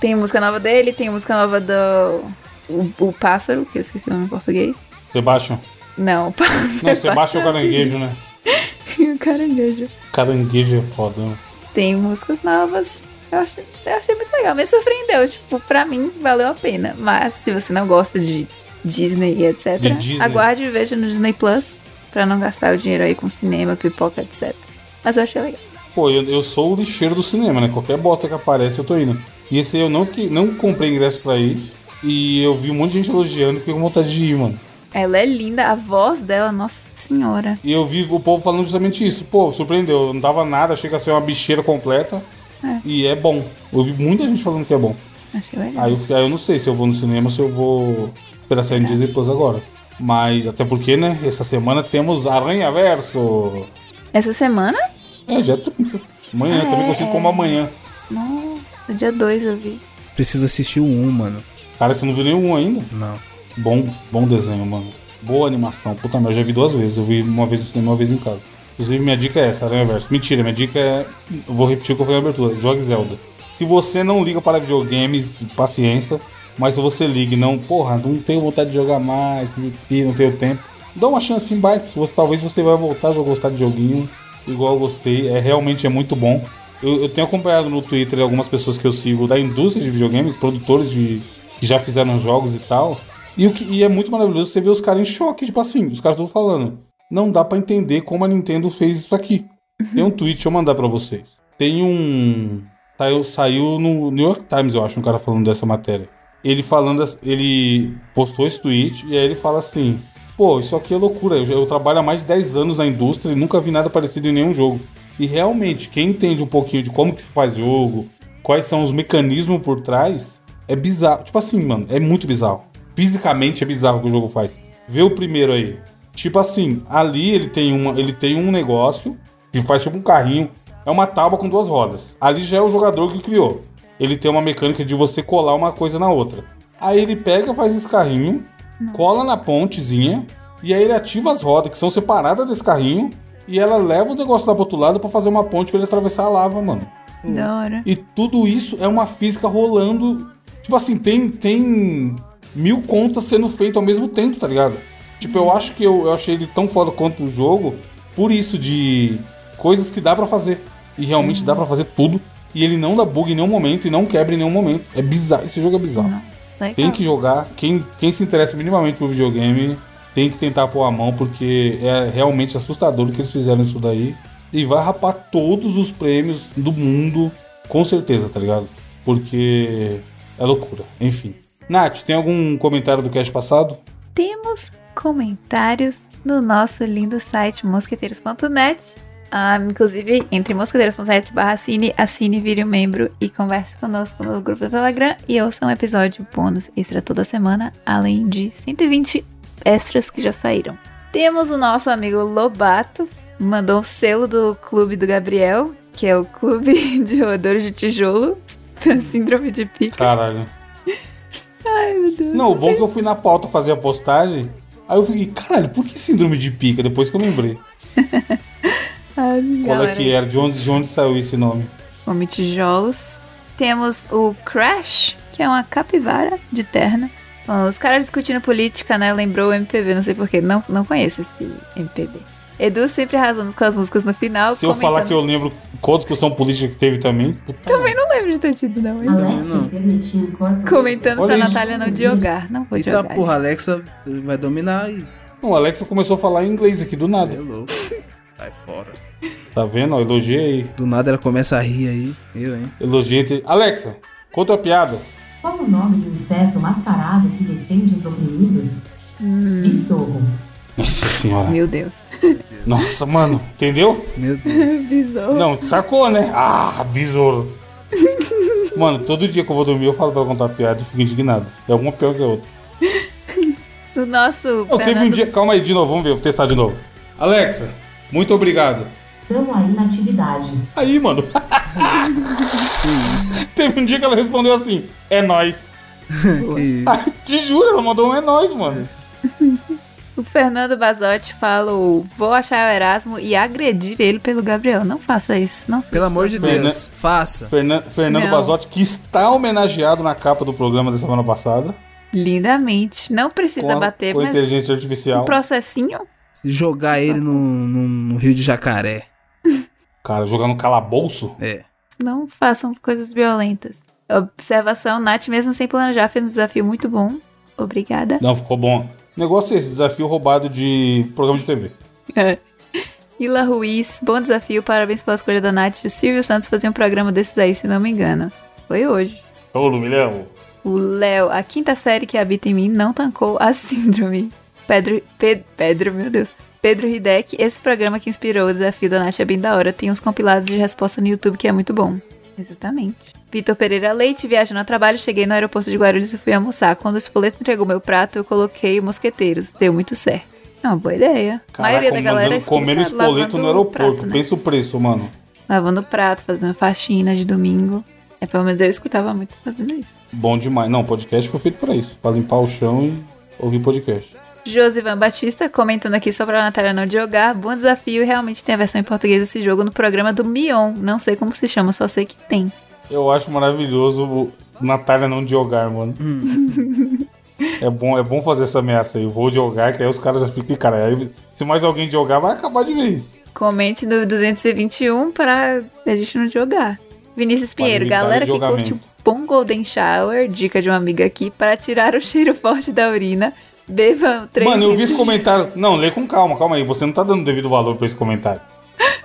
Speaker 2: tem música nova dele, tem música nova do. O, o Pássaro, que eu esqueci o nome em português.
Speaker 1: Sebastião.
Speaker 2: Não, o Pássaro.
Speaker 1: Não,
Speaker 2: <laughs>
Speaker 1: Sebastião é o
Speaker 2: é assim.
Speaker 1: caranguejo, né?
Speaker 2: o caranguejo.
Speaker 1: Caranguejo é foda. né?
Speaker 2: tem músicas novas. Eu achei, eu achei muito legal, me surpreendeu. Tipo, pra mim valeu a pena. Mas se você não gosta de Disney e etc.,
Speaker 1: De Disney.
Speaker 2: aguarde e veja no Disney Plus pra não gastar o dinheiro aí com cinema, pipoca, etc. Mas eu achei legal.
Speaker 1: Pô, eu, eu sou o lixeiro do cinema, né? Qualquer bosta que aparece, eu tô indo. E esse aí eu não, fiquei, não comprei ingresso pra ir. E eu vi um monte de gente elogiando e fiquei com vontade de ir, mano.
Speaker 2: Ela é linda, a voz dela, nossa senhora.
Speaker 1: E eu vi o povo falando justamente isso. Pô, surpreendeu. Não dava nada, chega a ser uma bicheira completa. E é bom. Eu vi muita gente falando que é bom.
Speaker 2: Achei legal.
Speaker 1: Aí eu, fiquei- aí eu não sei se eu vou no cinema ou se eu vou esperar sair no Disney Plus agora. Mas até porque, né? Essa semana temos Aranha Verso.
Speaker 2: Essa semana?
Speaker 1: É, já é 30. Amanhã, também consigo como amanhã.
Speaker 2: Nossa, dia 2 eu vi.
Speaker 3: Preciso assistir o 1, mano.
Speaker 1: Cara, você não viu nenhum ainda?
Speaker 3: Não.
Speaker 1: Bom, bom desenho, mano. Boa animação. Puta merda, eu já vi duas vezes. Eu vi uma vez no cinema, uma vez em casa. Inclusive, minha dica é essa, Aranha Verso. Mentira, minha dica é... eu Vou repetir o que eu falei na abertura. Jogue Zelda. Se você não liga para videogames, paciência. Mas se você liga e não... Porra, não tenho vontade de jogar mais, me pira, não tenho tempo. Dá uma chance em bike. Você, talvez você vai voltar a gostar de joguinho igual eu gostei. É, realmente é muito bom. Eu, eu tenho acompanhado no Twitter algumas pessoas que eu sigo da indústria de videogames, produtores de que já fizeram jogos e tal. E, o que, e é muito maravilhoso você ver os caras em choque, tipo assim, os caras estão falando. Não dá pra entender como a Nintendo fez isso aqui. Tem um tweet, deixa eu mandar pra vocês. Tem um. Saiu, saiu no New York Times, eu acho, um cara falando dessa matéria. Ele falando. as- Ele postou esse tweet e aí ele fala assim: Pô, isso aqui é loucura. Eu, já- eu trabalho há mais de 10 anos na indústria e nunca vi nada parecido em nenhum jogo. E realmente, quem entende um pouquinho de como que se faz jogo, quais são os mecanismos por trás, é bizarro. Tipo assim, mano, é muito bizarro. Fisicamente é bizarro o que o jogo faz. Vê o primeiro aí. Tipo assim, ali ele tem, uma, ele tem um negócio que faz tipo um carrinho. É uma tábua com duas rodas. Ali já é o jogador que criou. Ele tem uma mecânica de você colar uma coisa na outra. Aí ele pega, faz esse carrinho, cola na pontezinha, e aí ele ativa as rodas que são separadas desse carrinho, e ela leva o negócio lá pro outro lado pra fazer uma ponte pra ele atravessar a lava, mano.
Speaker 2: Da hora.
Speaker 1: E tudo isso é uma física rolando. Tipo assim, tem, tem mil contas sendo feitas ao mesmo tempo, tá ligado? Tipo, eu acho que eu, eu achei ele tão foda quanto o jogo por isso de coisas que dá pra fazer. E realmente dá pra fazer tudo. E ele não dá bug em nenhum momento e não quebra em nenhum momento. É bizarro. Esse jogo é bizarro.
Speaker 2: Legal.
Speaker 1: Tem que jogar. Quem, quem se interessa minimamente por videogame tem que tentar pôr a mão, porque é realmente assustador o que eles fizeram isso daí. E vai rapar todos os prêmios do mundo, com certeza, tá ligado? Porque é loucura. Enfim. Nath, tem algum comentário do cast passado?
Speaker 2: temos comentários no nosso lindo site mosqueteiros.net. Ah, inclusive, entre mosqueteiros.net barra assine, assine, vire um membro e converse conosco no grupo do Telegram e ouça um episódio bônus extra toda semana, além de 120 extras que já saíram. Temos o nosso amigo Lobato, mandou o selo do Clube do Gabriel, que é o Clube <laughs> de Roedores de Tijolo, <laughs> da Síndrome de Pica.
Speaker 1: Caralho.
Speaker 2: Ai, meu Deus.
Speaker 1: Tá. Não, o bom é que eu fui na pauta fazer a postagem. Aí eu fiquei, caralho, por que síndrome de pica? Depois que eu lembrei.
Speaker 2: Ai,
Speaker 1: Qual é
Speaker 2: galera.
Speaker 1: que era? De onde, de onde saiu esse nome?
Speaker 2: come tijolos. Temos o Crash, que é uma capivara de terna. Bom, Os caras discutindo política, né? Lembrou o MPB, não sei porquê. Não, não conheço esse MPB. Edu sempre arrasando com as músicas no final.
Speaker 1: Se eu falar que eu lembro qual discussão política que teve também, puta
Speaker 2: Também não lembro de ter tido, não. mas-
Speaker 3: não.
Speaker 7: Alexa permitiu incorporar.
Speaker 2: Comentando
Speaker 1: Olha
Speaker 2: pra
Speaker 1: isso.
Speaker 2: Natália não jogar. Não vou
Speaker 3: Eita
Speaker 2: jogar.
Speaker 3: porra, a Alexa vai dominar e.
Speaker 1: Não, a Alexa começou a falar em inglês aqui do nada.
Speaker 3: É louco. Sai fora.
Speaker 1: Tá vendo? Ó, Elogiei.
Speaker 3: Do nada ela começa a rir aí. Eu, hein?
Speaker 1: Elogiei. te- Alexa, conta a piada.
Speaker 7: Qual o nome do inseto mascarado que defende os oprimidos? Besouro.
Speaker 1: Nossa senhora.
Speaker 2: Meu Deus.
Speaker 1: Nossa, mano. Entendeu?
Speaker 2: <laughs>
Speaker 3: Meu Deus.
Speaker 2: Besouro.
Speaker 1: Não, sacou, né? Ah, besouro. Mano, todo dia que eu vou dormir, eu falo pra ela contar a piada e fico indignado. É uma pior que a outra.
Speaker 2: Do nosso.
Speaker 1: Não, teve um
Speaker 2: Fernando-
Speaker 1: dia. Calma aí de novo, vamos ver, vou testar de novo. Alexa, muito obrigado.
Speaker 7: Tamo aí na atividade.
Speaker 1: Aí, mano. Teve um dia que ela respondeu assim: é nóis.
Speaker 3: que isso.
Speaker 1: Ah, te juro, ela mandou um é nóis, mano.
Speaker 2: O Fernando Bazotti fala: o, vou achar o Erasmo e agredir ele pelo Gabriel. Não faça isso. Não
Speaker 3: Pelo amor de
Speaker 1: Fernan-
Speaker 3: Deus, faça.
Speaker 1: Fernan- Fernando
Speaker 2: Não.
Speaker 1: Basotti, que está homenageado na capa do programa da semana passada.
Speaker 2: Lindamente. Não precisa
Speaker 1: com a,
Speaker 2: bater,
Speaker 1: com a
Speaker 2: mas.
Speaker 1: inteligência
Speaker 2: Um
Speaker 1: artificial.
Speaker 2: processinho?
Speaker 3: Se jogar ele no, no, no rio de jacaré.
Speaker 1: Cara, jogar no calabouço?
Speaker 3: É.
Speaker 2: Não façam coisas violentas. Observação, Nath, mesmo sem planejar, fez um desafio muito bom. Obrigada.
Speaker 1: Não, ficou bom. O negócio é esse: desafio roubado de programa de TV.
Speaker 2: Ila Ruiz, bom desafio, parabéns pela escolha da Nath. O Silvio Santos fazia um programa desses aí, se não me engano. Foi hoje.
Speaker 1: Todo milhão.
Speaker 2: O Léo, a quinta série que habita em mim, não tancou a síndrome. Pedro, Pe- Pedro, meu Deus. Pedro Hideck, esse programa que inspirou o desafio da Nath é bem da hora. Tem uns compilados de resposta no YouTube que é muito bom. Exatamente. Vitor Pereira Leite, viajando ao trabalho, cheguei no aeroporto de Guarulhos e fui almoçar. Quando o espoleto entregou meu prato, eu coloquei o mosqueteiros. Deu muito certo. É uma boa ideia. a maioria da galera é
Speaker 1: mandando- comendo
Speaker 2: espírita,
Speaker 1: espoleto no
Speaker 2: lavando o
Speaker 1: aeroporto.
Speaker 2: prato, né?
Speaker 1: Pensa o preço, mano.
Speaker 2: Lavando o prato, fazendo faxina de domingo. É, pelo menos eu escutava muito fazendo isso.
Speaker 1: Bom demais. Não, podcast foi feito pra isso. Pra limpar o chão e ouvir podcast.
Speaker 2: Josivan Batista comentando aqui só pra Natália não jogar. Bom desafio, realmente tem a versão em português desse jogo no programa do Mion. Não sei como se chama, só sei que tem.
Speaker 1: Eu acho maravilhoso o Natália não jogar, mano.
Speaker 2: Hum.
Speaker 1: é, bom, é bom fazer essa ameaça aí. Vou jogar, que aí os caras já ficam. "Ih, Cara, aí, se mais alguém jogar, vai acabar de vez.
Speaker 2: Comente no 221 pra a gente não jogar. Vinícius Pinheiro,
Speaker 1: evitar o
Speaker 2: galera que
Speaker 1: jogamento.
Speaker 2: curte o bom Golden Shower, dica de uma amiga aqui, para tirar o cheiro forte da urina, beba três
Speaker 1: mano, eu vi
Speaker 2: litros
Speaker 1: esse
Speaker 2: de-
Speaker 1: comentário. Não, lê com calma, calma aí. Você não tá dando devido valor pra esse comentário.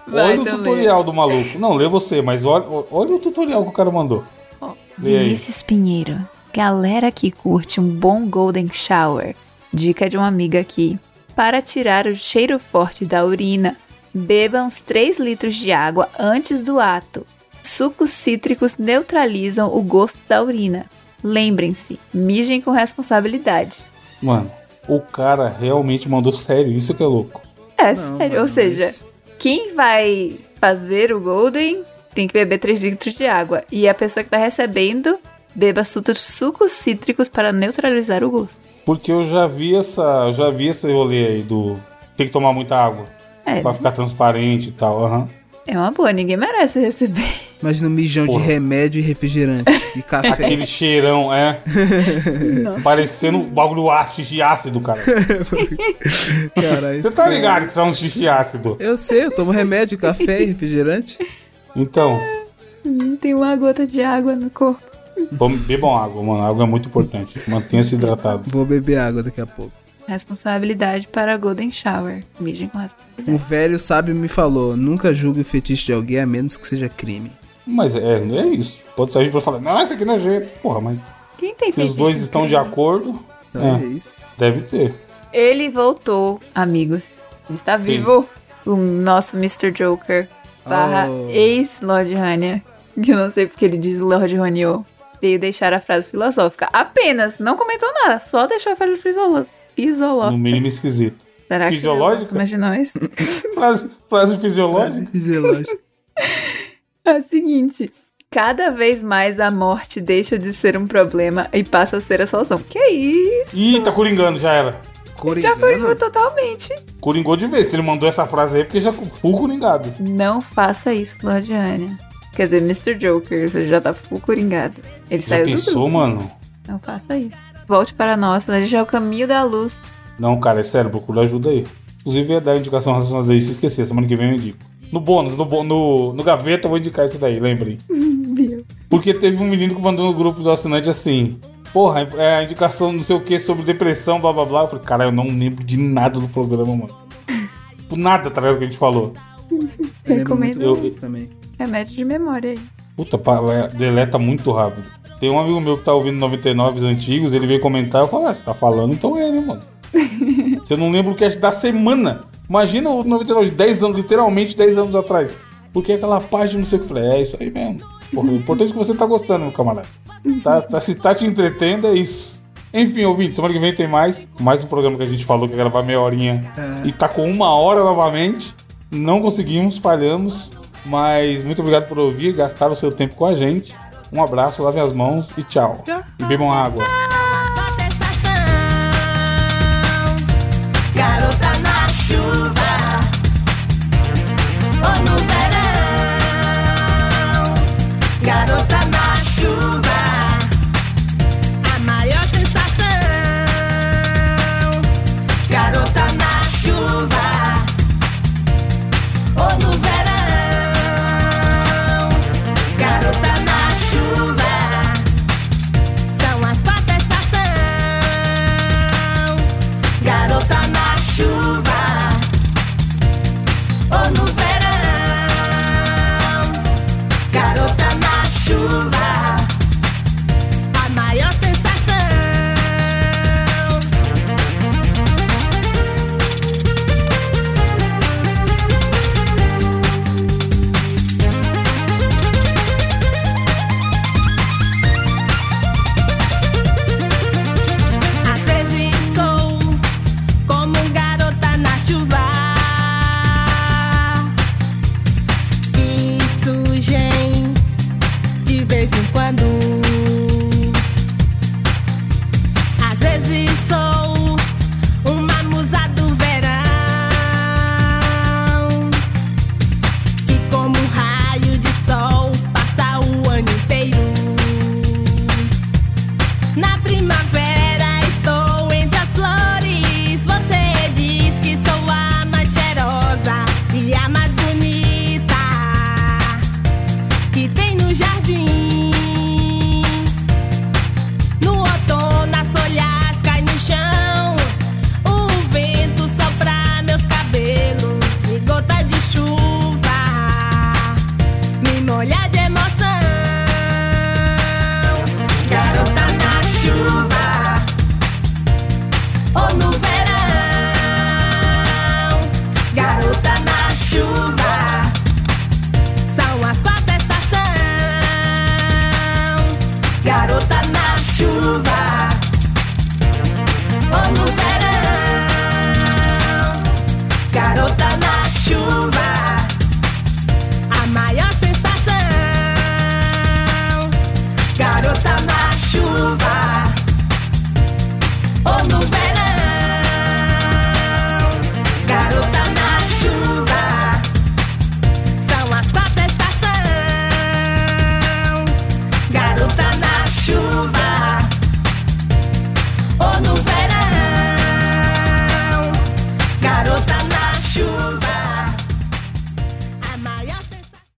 Speaker 2: Vai,
Speaker 1: olha o
Speaker 2: então lê.
Speaker 1: tutorial do maluco. Não, lê você, mas olha, olha o tutorial que o cara mandou.
Speaker 2: Ó,
Speaker 1: Lê aí.
Speaker 2: Vinícius Pinheiro, galera que curte um bom Golden Shower, dica de uma amiga aqui. Para tirar o cheiro forte da urina, beba uns 3 litros de água antes do ato. Sucos cítricos neutralizam o gosto da urina. Lembrem-se, mijem com responsabilidade.
Speaker 1: Mano, o cara realmente mandou sério. Isso que é louco.
Speaker 2: É
Speaker 3: Não,
Speaker 2: sério,
Speaker 3: mano,
Speaker 2: ou seja,
Speaker 3: mas-
Speaker 2: quem vai fazer o Golden tem que beber 3 litros de água. E a pessoa que tá recebendo, beba su- sucos cítricos para neutralizar o gosto.
Speaker 1: Porque eu já vi essa. Eu já vi esse rolê aí do. Tem que tomar muita água.
Speaker 2: É,
Speaker 1: Pra ficar transparente e tal. Aham.
Speaker 2: é uma boa, ninguém merece receber. <laughs>
Speaker 3: Imagina um mijão
Speaker 1: Porra.
Speaker 3: de remédio e refrigerante. E café.
Speaker 1: Aquele cheirão, é. Parecendo um bagulho ácido, xixi ácido,
Speaker 2: <laughs>
Speaker 1: cara.
Speaker 3: Cara, isso
Speaker 1: Você tá
Speaker 3: cara.
Speaker 1: ligado que isso é um xixi ácido.
Speaker 3: Eu sei, eu tomo remédio, café e refrigerante.
Speaker 1: Então,
Speaker 2: Não tem uma gota de água no corpo.
Speaker 1: vamos- bebam água, mano. Água é muito importante. Mantenha-se hidratado.
Speaker 3: Vou beber água daqui a pouco.
Speaker 2: Responsabilidade para Golden Shower. Mijem com responsabilidade.
Speaker 3: Um velho sábio me falou: nunca julgue o fetiche de alguém a menos que seja crime.
Speaker 1: Mas é, é isso. Pode sair pra falar, não, isso aqui não é jeito. Porra, mas
Speaker 2: Quem tem
Speaker 1: se os
Speaker 2: fetiche
Speaker 1: dois
Speaker 2: com
Speaker 1: estão de
Speaker 2: creme?
Speaker 1: acordo,
Speaker 3: Então
Speaker 1: É.
Speaker 3: é isso.
Speaker 1: deve ter.
Speaker 2: Ele voltou, amigos. Ele está vivo. O nosso Mr. Joker. Barra
Speaker 3: Oh.
Speaker 2: ex-Lord Hania. <laughs> Que eu não sei porque ele diz Lord Ranion. Veio deixar a frase filosófica. Apenas. Não comentou nada. Só deixou a frase fisolo-
Speaker 1: No
Speaker 2: Fisiológica.
Speaker 1: mínimo esquisito.
Speaker 2: Será que
Speaker 1: fisiológica?
Speaker 2: Deus gosta mais de nós?
Speaker 1: Frase, frase fisiológica?
Speaker 3: Fisiológico.
Speaker 2: <laughs> É o seguinte. Cada vez mais a morte deixa de ser um problema e passa a ser a solução. Que isso?
Speaker 1: Ih, tá coringando, já era.
Speaker 2: Já
Speaker 3: Coringano?
Speaker 2: coringou totalmente.
Speaker 1: Coringou de vez. Se ele mandou essa frase aí, é porque já full coringado.
Speaker 2: Não faça isso, Lord Anya. Quer dizer, Mr. Joker, você já tá full coringado. Ele
Speaker 1: Já
Speaker 2: saiu do
Speaker 1: pensou,
Speaker 2: grupo.
Speaker 1: mano?
Speaker 2: Não faça isso. Volte para nós, a gente é o caminho da luz.
Speaker 1: Não, cara, é sério, procura ajuda aí. Inclusive, ia dar indicação relacionada a isso, esqueci. Semana que vem eu indico. No bônus, no, bô- no, no gaveta, eu vou indicar isso daí, lembrei.
Speaker 2: Viu?
Speaker 1: Porque teve um menino que mandou no grupo do assinante assim: Porra, é a indicação não sei o que sobre depressão, blá blá <laughs> blá. Eu falei, cara, eu não lembro de nada do programa, mano. Tipo, Nada, tá ligado? Que a gente falou.
Speaker 3: Eu lembro
Speaker 2: Recomendo.
Speaker 3: muito
Speaker 1: Eu-
Speaker 3: também.
Speaker 2: Remédio de memória aí.
Speaker 1: Puta, pa- é, deleta muito rápido. Tem um amigo meu que tá ouvindo 99 antigos, ele veio comentar, eu falo, ah, você tá falando, então é, né, mano? você não lembra o cast da semana. Imagina o 99 de 10 anos, literalmente 10 anos atrás. Porque aquela página, não sei o que, eu falei, é isso aí mesmo. Porra, o importante é que você tá gostando, meu camarada. Tá, tá- se tá te entretendo, é isso. Enfim, ouvinte, semana que vem tem mais. Mais um programa que a gente falou que ia gravar meia horinha. E tá com uma hora novamente. Não conseguimos, falhamos. Mas muito obrigado por ouvir, gastar o seu tempo com a gente. Um abraço, lavem as mãos e tchau. E bebam água.
Speaker 6: um um